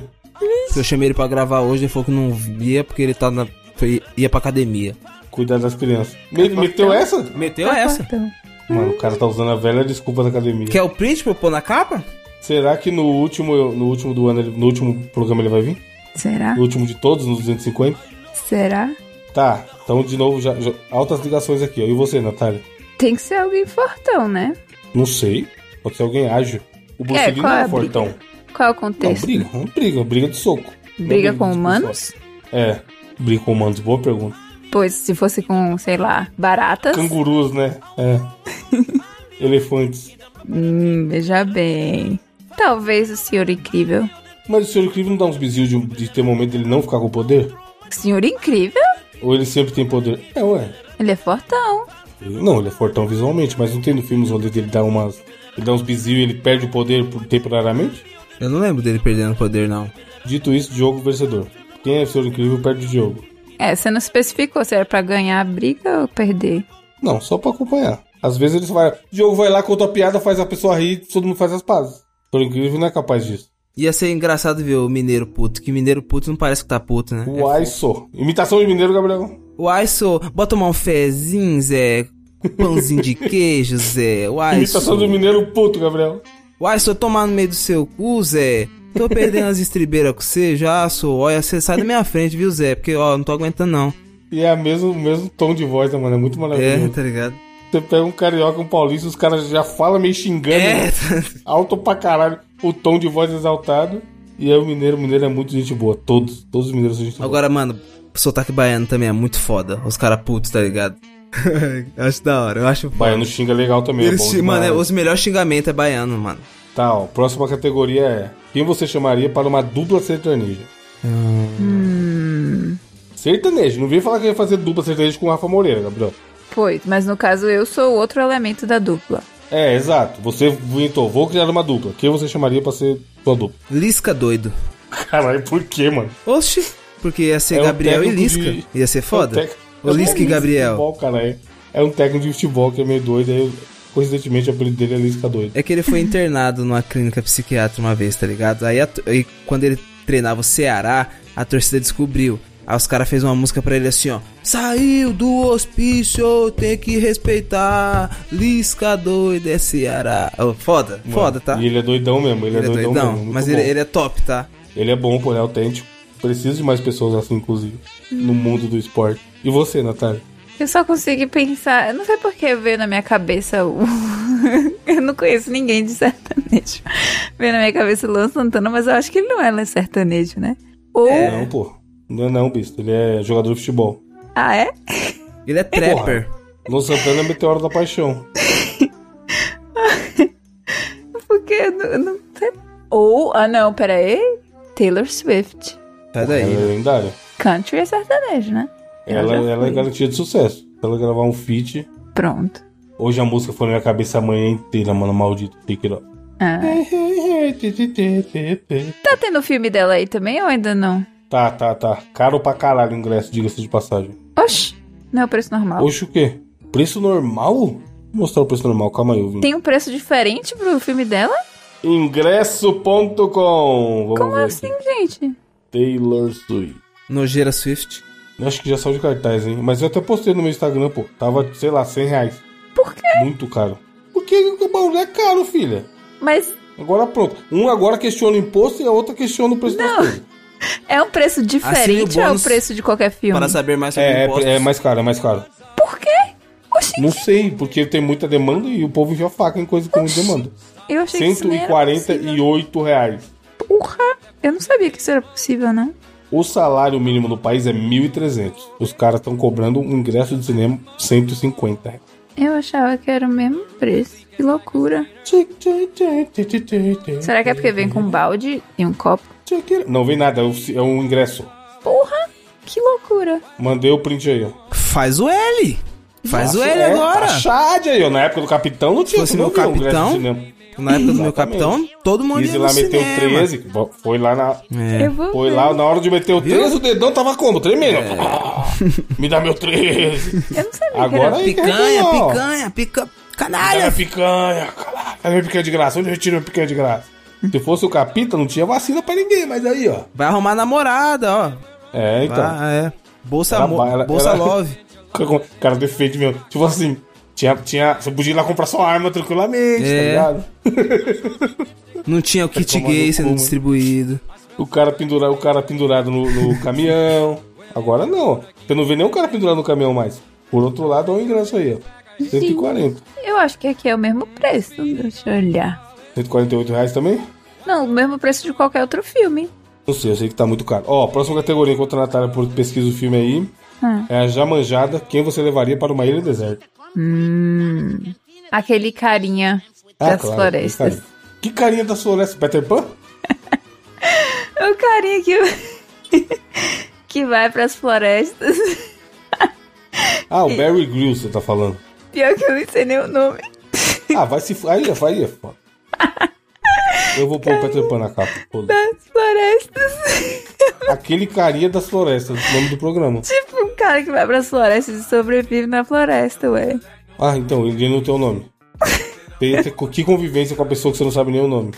Eu chamei ele pra gravar hoje, ele falou que não ia porque ele tá na. Foi, ia pra academia. Cuidar das crianças. Me- meteu É essa? Meteu essa? Então, Mano, o cara tá usando a velha desculpa da academia. Quer o print pra eu pôr na capa? Será que no último, no último do ano, ele- no último programa ele vai vir? será? No último de todos, no 250? Será? Tá, então de novo, já, já- altas ligações aqui. Ó. E você, Natália? Tem que ser alguém fortão, né? Não sei. Pode ser alguém ágil. O Bruce É, Lee qual não é é a briga? fortão. Qual é o Não, contexto? briga, não briga, briga de soco. Não Briga de com discussão. humanos? É, briga com humanos, boa pergunta. Pois se fosse com, sei lá, baratas. Cangurus, né? É. Elefantes. Hum, veja bem. Talvez o senhor incrível. Mas o Senhor Incrível não dá uns bizinhos de, de ter momento dele não ficar com o poder? Senhor incrível? Ou ele sempre tem poder? É, ué. Ele é fortão. Ele- não, ele é fortão visualmente, mas não tem no filme os rolês dele dar umas. Ele dá uns bizinhos e ele perde o poder por- temporariamente? Eu não lembro dele perdendo poder, não. Dito isso, Diogo vencedor. Quem é o Senhor Incrível perde o Diogo. É, você não especificou se era pra ganhar a briga ou perder. Não, só pra acompanhar. Às vezes ele só vai. Diogo vai lá, conta a piada, faz a pessoa rir, todo mundo faz as pazes. Senhor Incrível não é capaz disso. Ia ser engraçado ver o mineiro puto, que mineiro puto não parece que tá puto, né? É, Uai, só. Imitação de mineiro, Gabriel. Uai, sou. Bota tomar um fezinho, Zé. Pãozinho de queijo, Zé. Uai, Imitação do sou. mineiro puto, Gabriel. Uai, sou tomar no meio do seu cu, Zé. Tô perdendo as estribeiras com você já, sou. Olha, você sai da minha frente, viu, Zé? Porque, ó, não tô aguentando, não. E é a mesmo, o mesmo tom de voz, né, mano? É muito É, maravilhoso. tá ligado? Você pega um carioca, um paulista, os caras já falam meio xingando, É, alto pra caralho, o tom de voz exaltado. E aí o mineiro, o mineiro é muito gente boa. Todos, todos os mineiros são gente boa. Agora, mano, sotaque baiano também é muito foda. Os caras putos, tá ligado? eu acho da hora, eu acho foda. Baiano xinga legal também, é Eles bom xing- mano, é- demais. os melhores xingamentos é baiano, mano. Tá, ó, próxima categoria é quem você chamaria para uma dupla sertaneja? Sertanejo, não vem falar que ia fazer dupla sertaneja com o Rafa Moreira, Gabriel. Pois, mas no caso eu sou o outro elemento da dupla. É, exato. Você inventou, vou criar uma dupla. Quem você chamaria pra ser sua dupla? Lisca doido. Caralho, por quê, mano? Oxi, porque ia ser É um Gabriel e técnico Lisca. de- Ia ser É foda. tec- O Lisca e Gabriel. Futebol, caralho. É um técnico de futebol que é meio doido, aí, coincidentemente, o apelido dele é Lisca Doido. É que ele foi internado numa clínica psiquiátrica uma vez, tá ligado? Aí, a- aí quando ele treinava o Ceará, a torcida descobriu. Aí os caras fez uma música pra ele assim, ó. Saiu do hospício, tem que respeitar. Lisca doido é Ceará. Ô, foda, foda, tá? E ele é doidão mesmo, ele, Ele é doidão, mesmo. muito mas ele, bom. ele é top, tá? Ele é bom, pô, ele é autêntico. Precisa de mais pessoas assim, inclusive, no mundo do esporte. E você, Natália? Eu só consigo pensar. Eu não sei por que veio na minha cabeça o. eu não conheço ninguém de sertanejo. Veio na minha cabeça o Luan Santana, mas eu acho que ele não é sertanejo, né? Ou. Não, pô. Não é não, bicho. Ele é jogador de futebol. Ah, é? Ele é trapper. Luan Santana é meteoro da paixão. Porque eu não, eu não sei. Ou. Ah, não, pera aí. Taylor Swift. Sai Ela é daí. lendária. Country é sertanejo, né? Ela, já ela é fui. garantia de sucesso. Se ela gravar um feat. Pronto. Hoje a música foi na minha cabeça a manhã inteira, mano. Maldito Take It Off. Ah. Tá tendo filme dela aí também ou ainda não? Tá, tá, tá. Caro pra caralho o ingresso, diga-se de passagem. Oxi, não é o preço normal. Oxe, o quê? Preço normal? Vou mostrar o preço normal, calma aí, eu vim. Tem um preço diferente pro filme dela? Ingresso.com Vamos Como ver assim, aqui. gente? Taylor Swift. Nojeira Swift. Eu Acho que já saiu de cartaz, hein? Mas eu até postei no meu Instagram, pô. Tava, sei lá, 100 reais. Por quê? Muito caro. Porque o bagulho é caro, filha. Mas Agora pronto. Um agora questiona o imposto e a outra questiona o preço das coisas. é um Assim, preço diferente o ou é o bônus preço de qualquer filme? Para saber mais sobre É, impostos. é, é mais caro, é mais caro. Por quê? Oxi, Não sei, porque tem muita demanda e o povo enfia faca em coisa com muita demanda. eu achei que isso nem era possível. 148 reais. Porra, eu não sabia que isso era possível, não. O salário mínimo no país é 1.300. Os caras estão cobrando um ingresso de cinema 150 reais. Eu achava que era o mesmo preço. Que loucura. Será que é porque vem com um balde e um copo? Não vem nada, é um- é um ingresso. Porra, que loucura. Mandei o print aí, ó. Faz o L. Faz o L É, agora. Taxade aí, ó. Na época do Capitão não tinha fosse não meu tinha ingresso de Capitão, cinema. Na época do meu Exatamente. capitão, todo mundo Easy ia lá no meteu cinema. 13, vo- foi lá na. Eu É. vou Foi ver. um lá, na hora de meter o 13, o dedão tava como? Tremendo. Ah, me dá meu 13. Eu não sabia que Agora era... assim. aí, Picanha, arreganhou, ó. picanha, pica... Cadê minha Canalha. picanha? Caralho, cadê minha picanha de graça? Onde eu retiro minha picanha de graça? Se fosse o Capita, não tinha vacina pra ninguém, mas aí, ó. Vai arrumar namorada, ó. É, então. Ah, é. Bolsa, Ela amor, vai- ela- Bolsa ela- Love. O cara defende mesmo. Tipo assim, tinha, tinha, você podia ir lá comprar sua arma tranquilamente, tá É. ligado? Não tinha o kit tomar no gay cu, sendo mano. distribuído. O cara, pendura, o cara pendurado no, no caminhão. Agora não. Você não vê nenhum cara pendurado no caminhão mais. Por outro lado, olha o ingresso aí, ó. 140. Eu acho que aqui é o mesmo preço. Deixa eu olhar. 148 reais também? Não, o mesmo preço de qualquer outro filme. Não sei, eu sei que tá muito caro. Ó, próxima categoria, enquanto a Natália por- pesquisa o filme aí, Hum. é a Jamanjada, quem você levaria para uma ilha deserta? Hum, aquele carinha das Ah, claro, florestas. Que carinha. Que carinha das florestas, Peter Pan? É o carinha que, que vai pras florestas. Ah, É. o Barry Grylls, você tá falando. Pior que eu não sei nem o nome. Ah, vai se... f- Aí, vai aí, é foda. Eu vou pôr o Peter Pan na capa. foda-se. Das florestas. Aquele carinha das florestas, o nome do programa. tipo um cara que vai pras florestas e sobrevive na floresta, ué. Ah, então, ele não tem o nome. Tem essa- que convivência com a pessoa que você não sabe nem o nome.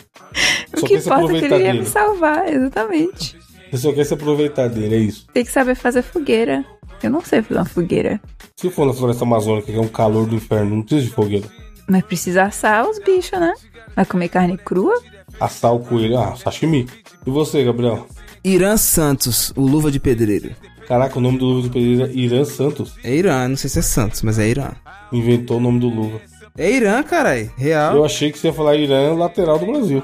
o Só que quer se importa é que aproveitar ele ia dele. me salvar, exatamente. Você só quer se aproveitar dele, é isso. Tem que saber fazer fogueira. Eu não sei fazer uma fogueira. Se for na floresta amazônica, que é um calor do inferno, não precisa de fogueira. Mas precisa assar os Oh, bichos, né? Vai comer carne crua? Assar o coelho, ah, sashimi. E você, Gabriel? Irã Santos, o Luva de Pedreiro. Caraca, o nome do Luva de Pereira é Irã Santos. É Irã, não sei se é Santos, mas é Irã. Inventou o nome do Luva. É Irã, carai. Real. Eu achei que você ia falar Irã lateral do Brasil.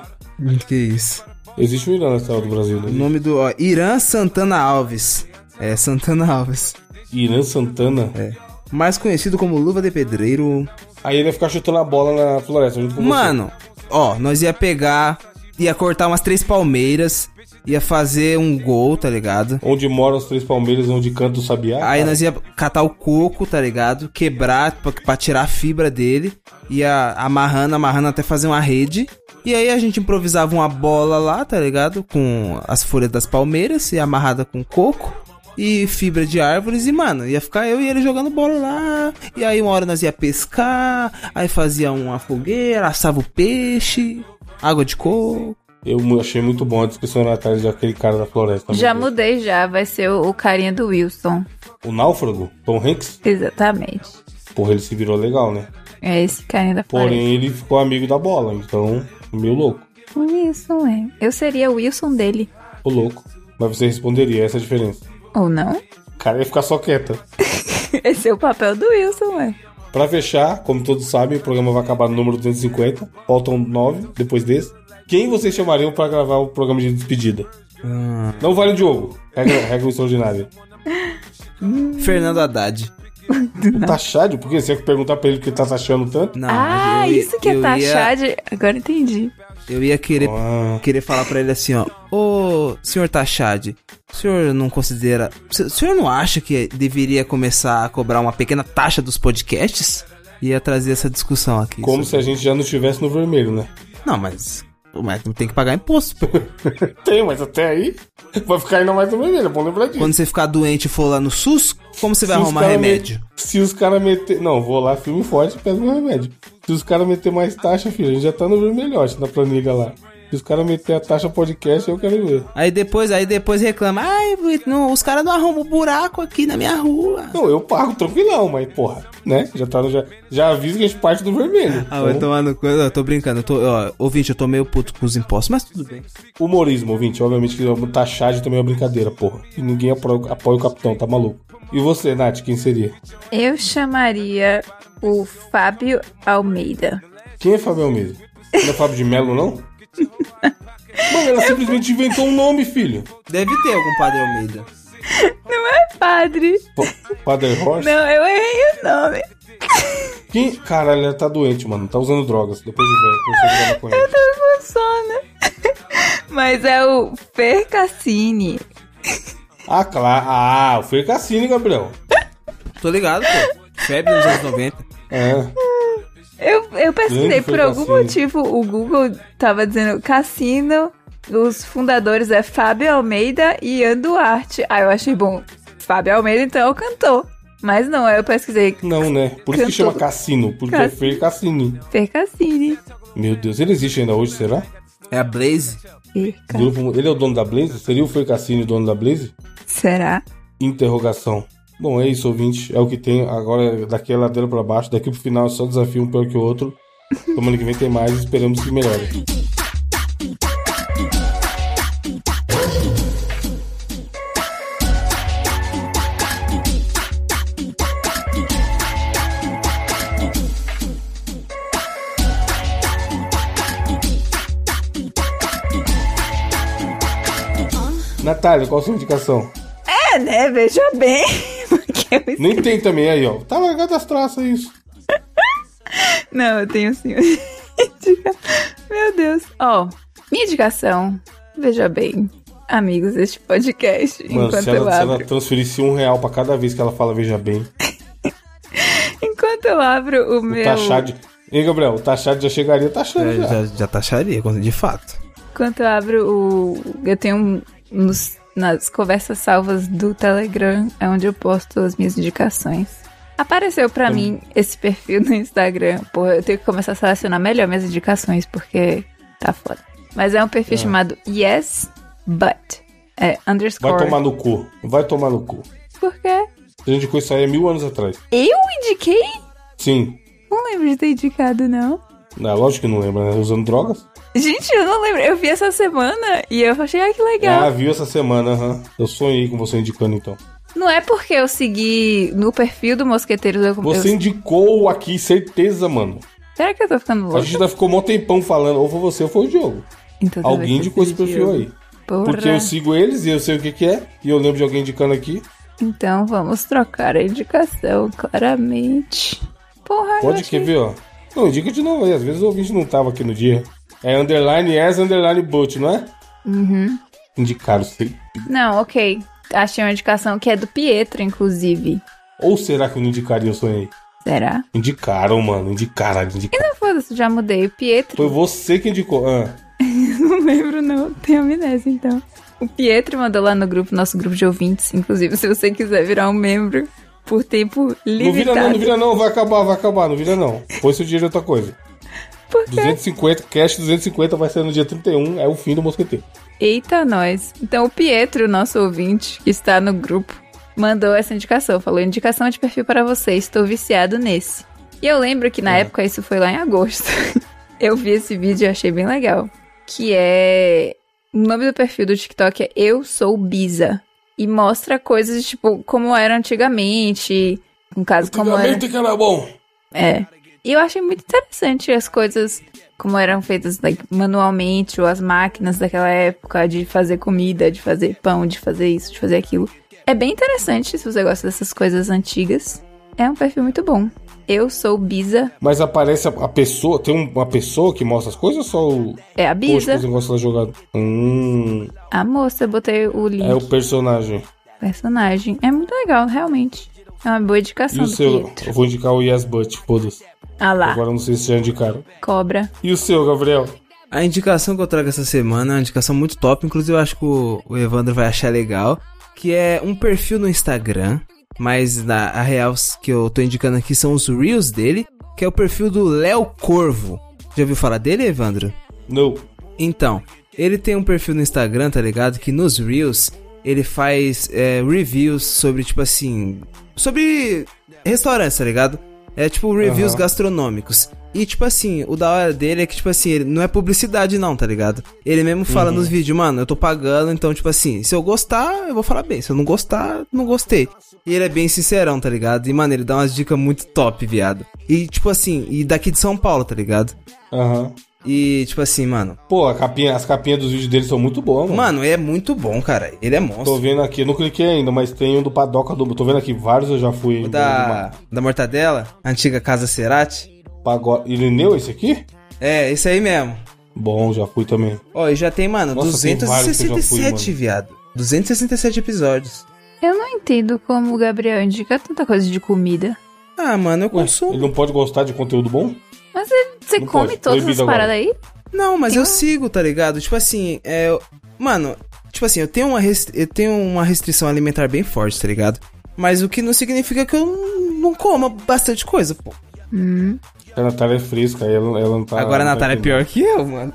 Que isso. Existe um Irã lateral do Brasil, O né? nome do. Ó, Irã Santana Alves. É, Santana Alves. Irã Santana. É. Mais conhecido como Luva de Pedreiro. Aí ele ia ficar chutando a bola na floresta junto com você. Mano, ó, nós ia pegar. Ia cortar umas três palmeiras. Ia fazer um gol, tá ligado? Onde moram os três palmeiras, onde canta o sabiá. Aí cara. nós ia catar o coco, tá ligado? Quebrar pra, pra tirar a fibra dele. Ia amarrando, amarrando até fazer uma rede. E aí a gente improvisava uma bola lá, tá ligado? Com as folhas das palmeiras e amarrada com coco. E fibra de árvores, e mano, ia ficar eu e ele jogando bola lá. E aí, uma hora nós ia pescar, aí fazia uma fogueira, assava o peixe, água de coco. Eu mu- achei muito bom a descrição na tarde daquele cara da floresta. Já meu Deus. mudei já, vai ser o, o carinha do Wilson. O náufrago, Tom Hanks, Exatamente. porra, ele se virou legal, né? É esse carinha da Porém, ele ficou amigo da bola, então, meio louco. floresta. O Wilson, é. Eu seria o Wilson dele. Ô louco. Mas você responderia, essa é a diferença. Ou não? O cara ia ficar só quieta. Esse é o papel do Wilson, ué. Pra fechar, como todos sabem, o programa vai acabar no número 250. Faltam nove depois desse. Quem vocês chamariam pra gravar o programa de despedida? Não vale o Diogo. Regra, regra extraordinária. Fernando Haddad. O Tachad, Tá por quê? Você ia perguntar pra ele que ele tá taxando tanto? Não, ah, eu ia- isso que eu é ia- taxar de. Agora entendi. Eu ia querer Ah, querer falar pra ele assim, ó. Ô, senhor Tachad, o senhor não considera. O senhor não acha que deveria começar a cobrar uma pequena taxa dos podcasts? Ia trazer essa discussão aqui. como se a gente já não estivesse no vermelho, né? Não, mas. Mas tem que pagar imposto. pô. Tem, mas até aí vai ficar ainda mais no vermelho. É bom lembrar disso. Quando você ficar doente e for lá no SUS, como você vai Se os arrumar cara remédio? met- Se os caras meter. Não, vou lá, filme forte, pego meu remédio. Se os caras meter mais taxa, filho, a gente já tá no vermelhote na planilha lá. Se os caras meter a taxa podcast, eu quero ver. Aí depois, aí depois reclama. Ai, Brito, não, os caras não arrumam buraco aqui na minha rua. Não, eu pago tranquilão, mas porra, né? Já tá no, já, já avisa que a gente parte do vermelho. Ah, vai Então, tomar no cu. Eu tô brincando. Eu tô, ó, ouvinte, eu tô meio puto com os impostos, mas tudo bem. Humorismo, ouvinte. Obviamente que taxagem também é uma brincadeira, porra. E ninguém apoia, apoia o capitão, tá maluco. E você, Nath, quem seria? Eu chamaria o Fábio Almeida. Quem é Fábio Almeida? Não é Fábio de Melo, não? Mano, ela simplesmente inventou um nome, filho. Deve ter algum padre Almeida. Não é padre. Pa- Padre Horst? Não, eu errei o nome. Quem? Caralho, ela tá doente, mano. Tá usando drogas. Depois de velho, começou a jogar Eu maconha. tô com sono. Mas é o Fer Cassini. Ah, claro. Ah, o Fer Cassini, Gabriel. Tô ligado, pô. Febre nos anos 90. É. Eu, eu Grande pesquisei, Fer por algum Cassini. motivo, o Google tava dizendo Cassino. Os fundadores é Fábio Almeida e Ian Duarte. Ah, eu achei bom. Fábio Almeida, então, é o cantor. Mas não, aí eu pesquisei Não, né? Por isso que Cantor. chama Cassino. Porque é Cassino. Fer Cassini. Fer Cassini. Meu Deus, ele existe ainda hoje, será? É a Blaze? Fer Ca- Grupo- Ele é o dono da Blaze? Seria o Fer Cassini o dono da Blaze? Será? Interrogação. Bom, é isso, ouvinte. É o que tem. Agora, daqui a ladeira pra baixo. Daqui pro final é só desafio um pior que o outro. Semana que vem tem mais. Esperamos que melhore. Natália, qual a sua indicação? É, né? Veja bem. Porque eu... Nem tem também aí, ó. Tá largado as traças isso. Não, eu tenho sim. Indica- Meu Deus. Ó, minha indicação. Veja bem, amigos, este podcast. Mano, enquanto se ela, eu se abro. ela transferisse um real pra cada vez que ela fala, veja bem. Enquanto eu abro o O meu. taxado. Ei, Gabriel, o taxado já chegaria taxando É, já. já, já taxaria, quando- de fato. Enquanto eu abro o. Eu tenho um- nos- nas conversas salvas do Telegram, é onde eu posto as minhas indicações. Apareceu pra Então- mim esse perfil no Instagram. Pô, eu tenho que começar a selecionar melhor minhas indicações, porque tá foda. Mas é um Ah. perfil chamado Yes But. É Vai underscore. tomar no cu. Vai tomar no cu. Por quê? A gente indicou isso aí há mil anos atrás. Eu indiquei? Sim. Não lembro de ter indicado, não. É, lógico que não lembra, né? Usando drogas. Gente, eu não lembro. Eu vi essa semana e eu achei, ai, que Ah, legal. viu essa semana, aham. Eu sonhei com você indicando então. Não é porque eu segui no perfil do Mosqueteiros. Eu, Você eu- indicou aqui, certeza, mano. será que eu tô ficando A louco? gente ainda ficou mó tempão falando, ou foi você ou foi o Diogo. Então, talvez Alguém eu indicou esse seja perfil eu. aí. Porra. Porque eu sigo eles e eu sei o que que é. E eu lembro de alguém indicando aqui. Então vamos trocar a indicação, claramente. Porra, eu Pode achei... quer ver, ó. Não, indica de novo aí. Às vezes o ouvinte não tava aqui no dia. É underline as underline boot, não é? Uhum. Indicaram sei. Não, ok. Achei uma indicação que é do Pietro, inclusive. Ou será que eu não indicaria eu sonhei? Será? Indicaram, mano. Indicaram, indicaram. Não, foda-se, já mudei. O Pietro. Foi você que indicou. Ah, Não lembro, não. Tenho amnésia, então. O Pietro mandou lá no grupo, nosso grupo de ouvintes. Inclusive, se você quiser virar um membro por tempo não vira limitado. não, não vira não. Vai acabar, vai acabar. Não vira não. Põe seu dinheiro em outra coisa. Por quê? 250, cash 250 vai ser no dia 31. É o fim do mosqueteiro. Eita, nós. Então, o Pietro, nosso ouvinte, que está no grupo, mandou essa indicação. Falou: indicação de perfil para você, estou viciado nesse. E eu lembro que na É. época, isso foi lá em agosto. eu vi esse vídeo e achei bem legal. Que é. O nome do perfil do TikTok é Eu Sou Biza. E mostra coisas, tipo, como era antigamente. No caso, como era. que era bom. É. E eu achei muito interessante as coisas como eram feitas like, manualmente, ou as máquinas daquela época de fazer comida, de fazer pão, de fazer isso, de fazer aquilo. É bem interessante se você gosta dessas coisas antigas. É um perfil muito bom. Eu sou Biza. Mas aparece a, a pessoa, tem um- uma pessoa que mostra as coisas ou só o É a post Biza. que negócio lá jogado? Hum, A moça, eu botei o link. é o personagem. Personagem. É muito legal, realmente. É uma boa E indicação o do seu? Pietro. Eu vou indicar o Yes But, foda-se. Ah lá, Agora eu não sei se já indicaram. cobra. E o seu, Gabriel? A indicação que eu trago essa semana é uma indicação muito top, inclusive eu acho que o, o Evandro vai achar legal, que é um perfil no Instagram, mas na a real s- que eu tô indicando aqui são os Reels dele, que é o perfil do Léo Corvo. Já ouviu falar dele, Evandro? Não. Então, ele tem um perfil no Instagram, tá ligado? Que nos Reels ele faz é, reviews sobre, tipo assim. Sobre restaurantes, tá ligado? É tipo reviews Aham. gastronômicos. E, tipo assim, o da hora dele é que, tipo assim, ele não é publicidade, não, tá ligado? Ele mesmo fala nos vídeos, mano, eu tô pagando, então, tipo assim, se eu gostar, eu vou falar bem. Se eu não gostar, não gostei. E ele é bem sincerão, tá ligado? E, mano, ele dá umas dicas muito top, viado. E, tipo assim, e daqui de São Paulo, tá ligado? Aham. E, tipo assim, mano. Pô, a capinha, as capinhas dos vídeos dele são muito boas, mano. Mano, ele é muito bom, cara. Ele é Tô monstro. vendo aqui, eu não cliquei ainda, mas tem um do Padoca do. Tô vendo aqui, vários eu já fui. né, O da, da Mortadela, a antiga Casa Cerati. Pagode. Irineu, esse aqui? É, esse aí mesmo. Bom, já fui também. Ó, e já tem, mano, Nossa, tem vários que eu já fui, 267, mano. viado. 267 episódios. Eu não entendo como o Gabriel indica tanta coisa de comida. Ah, mano, eu Ué, consumo. ele não pode gostar de conteúdo bom? Mas ele- você Não come pode, todas as proibido agora. paradas aí? Não, mas Tem eu um- sigo, tá ligado? Tipo assim, é. eu- Mano, tipo assim, eu tenho, uma restri- eu tenho uma restrição alimentar bem forte, tá ligado? Mas o que não significa que eu não- não coma bastante coisa, pô. Hum. A Natália é fresca, ela, ela não tá. Agora a não tá Natália é entendendo. pior que eu, mano.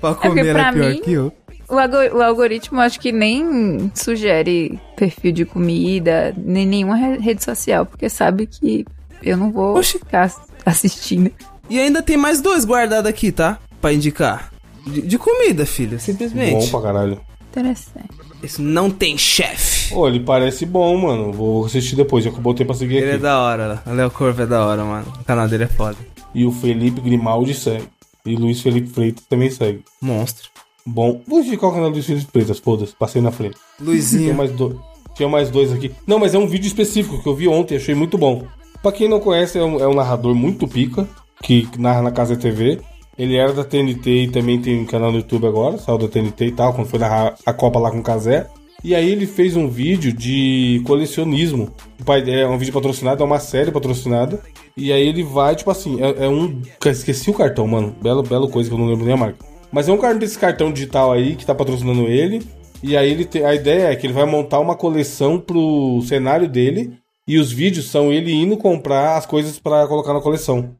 pra porque comer, ela pra é pior mim- que eu. O, algo- o algoritmo acho que nem sugere perfil de comida, nem nenhuma re- rede social, porque sabe que eu não vou Oxi. ficar ass- assistindo. E ainda tem mais dois guardados aqui, tá? Pra indicar. De, de comida, filha, simplesmente. Bom pra caralho. Interessante. Isso não tem chefe. Pô, ele parece bom, mano. Vou assistir depois, já que eu botei pra seguir Ele é aqui. da hora, o Léo Corvo é da hora, mano. O canal dele é foda. E o Felipe Grimaldi segue. E Luiz Felipe Freitas também segue. Monstro. Bom, vou indicar o canal do Luiz Felipe Freitas, foda-se, passei na frente. Tinha Luizinho. mais, do... Tinha mais dois aqui. Não, mas é um vídeo específico que eu vi ontem, achei muito bom. Pra quem não conhece, é um, é um narrador muito pica, que narra na Casa TV. Ele era da TNT e também tem um canal no YouTube agora, saiu da TNT e tal, quando foi narrar a Copa lá com o Kazé. E aí ele fez um vídeo de colecionismo. Tipo, é um vídeo patrocinado, é uma série patrocinada. E aí ele vai, tipo assim, é, é um. Esqueci o cartão, mano. Belo, belo coisa que eu não lembro nem a marca. Mas é um cara desse cartão digital aí que tá patrocinando ele. E aí ele tem, a ideia é que ele vai montar uma coleção pro cenário dele e os vídeos são ele indo comprar as coisas pra colocar na coleção.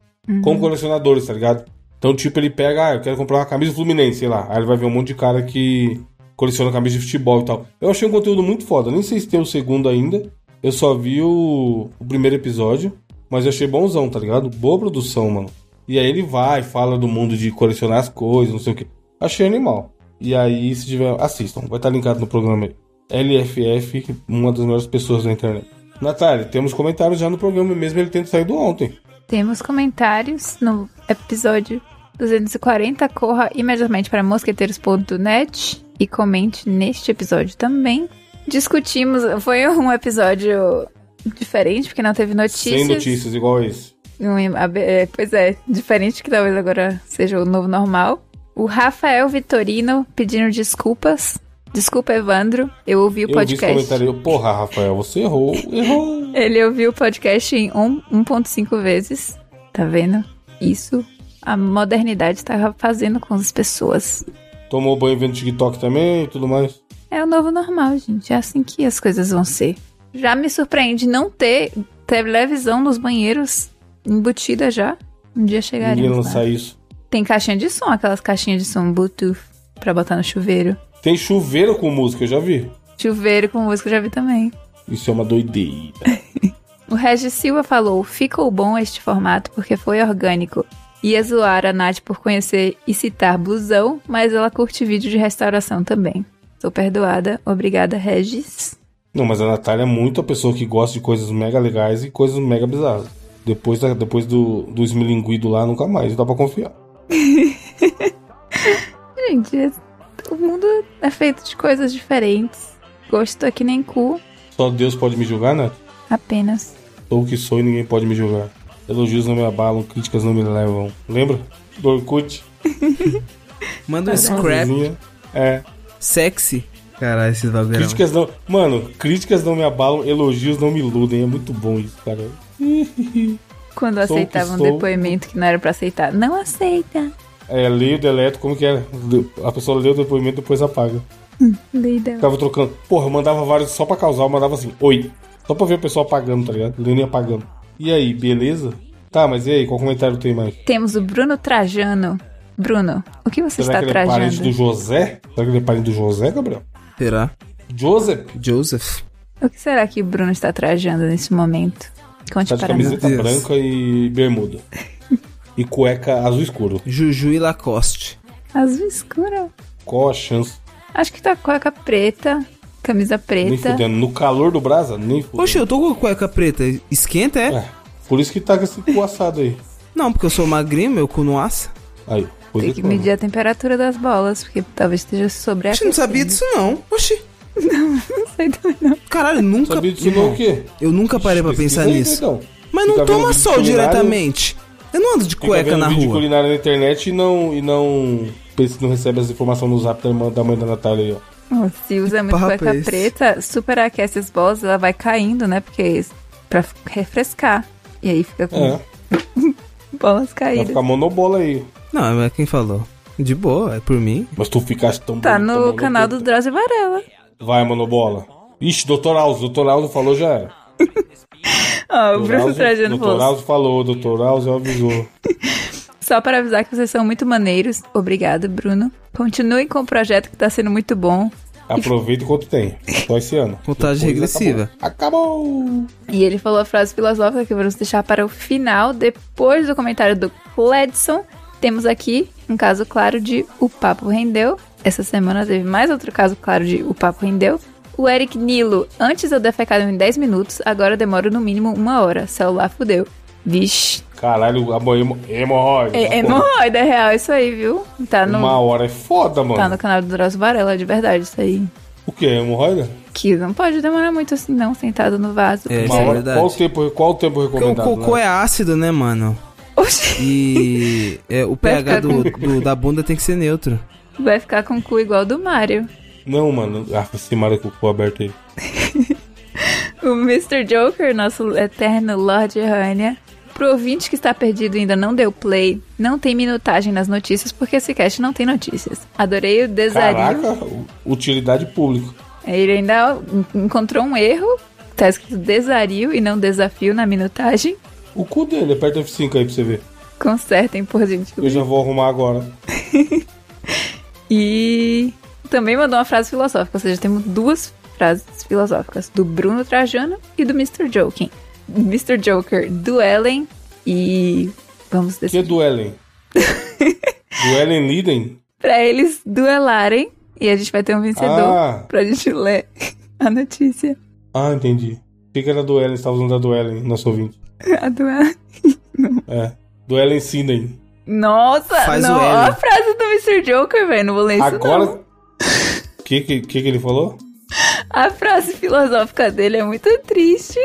Como colecionadores, tá ligado? Então, tipo, ele pega, ah, eu quero comprar uma camisa do Fluminense, sei lá. Aí ele vai ver um monte de cara que coleciona camisa de futebol e tal. Eu achei um conteúdo muito foda. Nem sei se tem o segundo ainda. Eu só vi o, o primeiro episódio, mas eu achei bonzão, tá ligado? Boa produção, mano. E E aí ele vai, fala do mundo de colecionar as coisas, não sei o que. Achei animal. E aí, se tiver, assistam, vai estar linkado no programa aí. LFF, uma das melhores pessoas da internet. Natália, temos comentários já no programa, mesmo ele tendo saído ontem. Temos comentários no episódio 240. Corra imediatamente para mosqueteiros.net e comente neste episódio também. Discutimos, foi um episódio diferente, porque não teve notícias. Sem notícias, igual a esse. Um, ab- é, pois é, diferente que talvez agora seja o novo normal. O Rafael Vitorino pedindo desculpas. Desculpa, Evandro, eu ouvi Eu o vi esse podcast. comentário, eu, porra, Rafael, você errou, errou. Ele ouviu o podcast em um- 1.5 vezes. Tá vendo? Isso a modernidade tá fazendo com as pessoas. Tomou banho vendo TikTok também e tudo mais. É o novo normal, gente. É assim que as coisas vão ser. Já me surpreende não ter televisão nos banheiros embutida já. Um dia Ninguém chegaremos lá. lançar isso. Tem caixinha de som, aquelas caixinhas de som Bluetooth pra botar no chuveiro. Tem chuveiro com música, eu já vi. Chuveiro com música eu já vi também. Isso é uma doideira. O Regis Silva falou: ficou bom este formato porque foi orgânico. Ia zoar a Nath por conhecer e citar blusão, mas ela curte vídeo de restauração também. Sou perdoada. Obrigada, Regis. Não, mas a Natália é muito a pessoa que gosta de coisas mega legais e coisas mega bizarras. Depois, da- depois do, do esmilinguido lá, nunca mais. Dá pra confiar. Gente, é- o mundo é feito de coisas diferentes. Gosto é que nem cu, Só Deus pode me julgar, né? apenas. Sou o que sou e ninguém pode me julgar. Elogios não me abalam, críticas não me levam. Lembra? Do Orkut. Manda um scrap Coisinha. É. sexy. Caralho, esses bagulho. Críticas não. Mano, críticas não me abalam, elogios não me iludem. É muito bom isso, cara. Sou Quando o que aceitava um sou. depoimento que não era pra aceitar. Não aceita. É, leio, deleto, como que era? A pessoa lê o depoimento e depois apaga. Lida. Ficava trocando. Porra, eu mandava vários só pra causar, eu mandava assim, oi. Só pra ver o pessoal apagando, tá ligado? Lendo e apagando. E aí, beleza? Tá, mas e aí, qual comentário tem mais? Temos o Bruno Trajano. Bruno, o que você Será que está ele é parente trajando? do José? Será que ele é parente do José, Gabriel? Será? Joseph? Joseph. O que será que o Bruno está trajando nesse momento? Conte Tá de para nós. camiseta Deus. branca e bermuda. E cueca azul escuro. Juju e Lacoste. Azul escuro. Qual a chance? Acho que tá cueca preta, camisa Nem preta. fudendo. No calor do brasa? Nem fudendo. Poxa, eu tô com cueca preta. Esquenta, é? É, por isso que tá com esse cu assado aí. Não, porque eu sou magrinho, meu cu não assa. Aí, então. coisa Tem que que medir a temperatura das bolas, porque talvez esteja sobre a. Oxi, não sabia disso não. Oxi. Não sei também não. Caralho, nunca... Sabia disso não o quê? Eu nunca parei pra pensar então. nisso. Mas não toma sol diretamente. Eu não ando de Fica cueca vendo na vídeo de rua. culinária na internet e não, e não, pensa- não recebe essa informação no zap da irmã- da mãe da Natália aí, ó. Ó, Se usa muito papo cueca é esse? preta, superaquece as bolas, ela vai caindo, né? Porque pra refrescar. E aí fica com É, bolas vai caídas. ficar monobola aí. Não, mas quem falou? De boa, é por mim. Mas tu ficaste tão Tá bonita, no monobola. canal do Drauzio Varela. Vai, monobola. Ixi, doutor Alzo, doutor Alzo falou já era. Ó, o Doutor Bruno Alzo- Trajano Doutor assim. falou. Alzo falou, doutor Alzo avisou. Só para avisar que vocês são muito maneiros. Obrigado, Bruno. Continuem com o projeto que tá sendo muito bom. Aproveita enquanto tem. Só esse ano. Contagem Depois regressiva. Acabou. acabou. E ele falou a frase filosófica que vamos deixar para o final, depois do comentário do Cledson. Temos aqui um caso claro de O Papo Rendeu. Essa semana teve mais outro caso claro de O Papo Rendeu. O Eric Nilo, antes eu defecava em 10 minutos, agora demoro no mínimo uma hora. Celular fudeu. Vixe. Caralho, a mãe- hemo- hemorroide. É, é hemorroida é real isso aí, viu? Tá Uma no, hora é foda, mano. tá no canal do Drauzio Varela, de verdade, isso aí. O que? Hemorroida? Que não pode demorar muito assim, não, sentado no vaso. É, porque- Uma hora. verdade. Qual o tempo, qual o tempo Porque o recomendado? cocô né? é ácido, né, mano? Oxi, E é, o Vai pH ficar do, do- da bunda tem que ser neutro. vai ficar com o cu igual do Mario. Não, mano. Ah, esse mara com o cu aberto aí. O Mr. Joker, nosso eterno Lorde Rania. Pro ouvinte que está perdido e ainda não deu play, não tem minutagem nas notícias porque esse cast não tem notícias. Adorei o desario. Caraca, utilidade pública. Ele ainda en- encontrou um erro, tá escrito desario e não desafio na minutagem. O cu dele, aperta F5 aí pra você ver. Consertem por gentileza. Eu já vou arrumar agora. E também mandou uma frase filosófica, ou seja, temos duas frases filosóficas, do Bruno Trajano e do Mr. Joking. Mr. Joker do Ellen e Vamos Que decidir. duelem? duelem Liden? Pra eles duelarem e a gente vai ter um vencedor Ah, pra gente ler a notícia. ah, entendi. Achei que era duelem, você tava usando a duelem, nosso ouvinte. A duelar. É. Duelem Sinden. Nossa, Faz não, o L. ó a frase do Mr. Joker, velho. Não vou ler isso não. Agora. O que, que, que que ele falou? A frase filosófica dele é muito triste.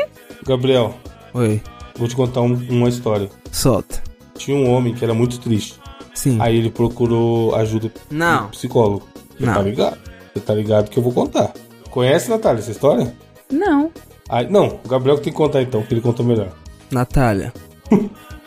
Gabriel, Oi, vou te contar um- uma história. solta. Tinha um homem que era muito triste. Sim. Aí ele procurou ajuda Não. do psicólogo. Você Não. tá ligado? Você tá ligado que eu vou contar. Conhece, Natália, essa história? Não. Aí, não, o Gabriel que tem que contar então, que ele conta melhor. Natália.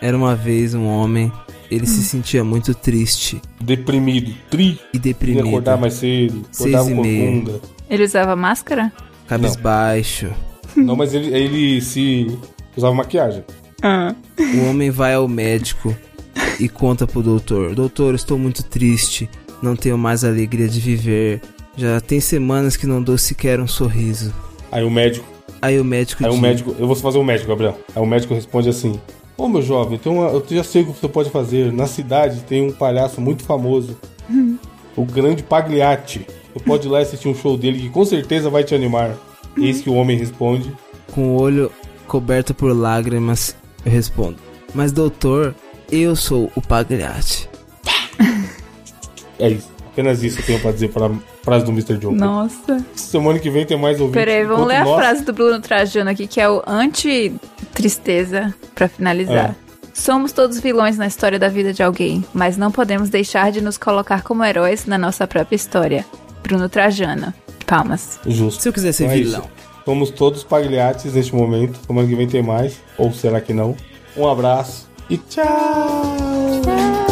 Era uma vez um homem, ele se Hum. sentia muito triste Deprimido, triste, e queria deprimido, acordar mais cedo, Seis acordava e com a meia. bunda. Ele usava máscara? cabisbaixo. Não, mas ele, ele se usava maquiagem. Ah. O homem vai ao médico e conta pro doutor: Doutor, estou muito triste, não tenho mais alegria de viver. Já tem semanas que não dou sequer um sorriso. Aí o médico, Aí o médico aí o diz, médico, eu vou fazer o médico, Gabriel. Aí o médico responde assim: Ô meu jovem, tem uma, eu já sei o que você pode fazer. Na cidade tem um palhaço muito famoso, o grande Pagliatti. Você pode ir lá e assistir um show dele que com certeza vai te animar. Eis que o homem responde: com o olho coberto por lágrimas, eu respondo: Mas doutor, eu sou o Pagliatti. É isso. Apenas isso eu tenho pra dizer pra frase do Mr. Joker. Nossa. Semana que vem tem mais ouvintes. Peraí, vamos Enquanto ler a nós- frase do Bruno Trajano aqui, que é o anti-tristeza, pra finalizar. Somos todos vilões na história da vida de alguém, mas não podemos deixar de nos colocar como heróis na nossa própria história. Bruno Trajano. Palmas. Justo. Se eu quiser ser Então é vilão. isso. Somos todos pagliates neste momento. Semana que vem tem mais. Ou será que não? Um abraço e tchau.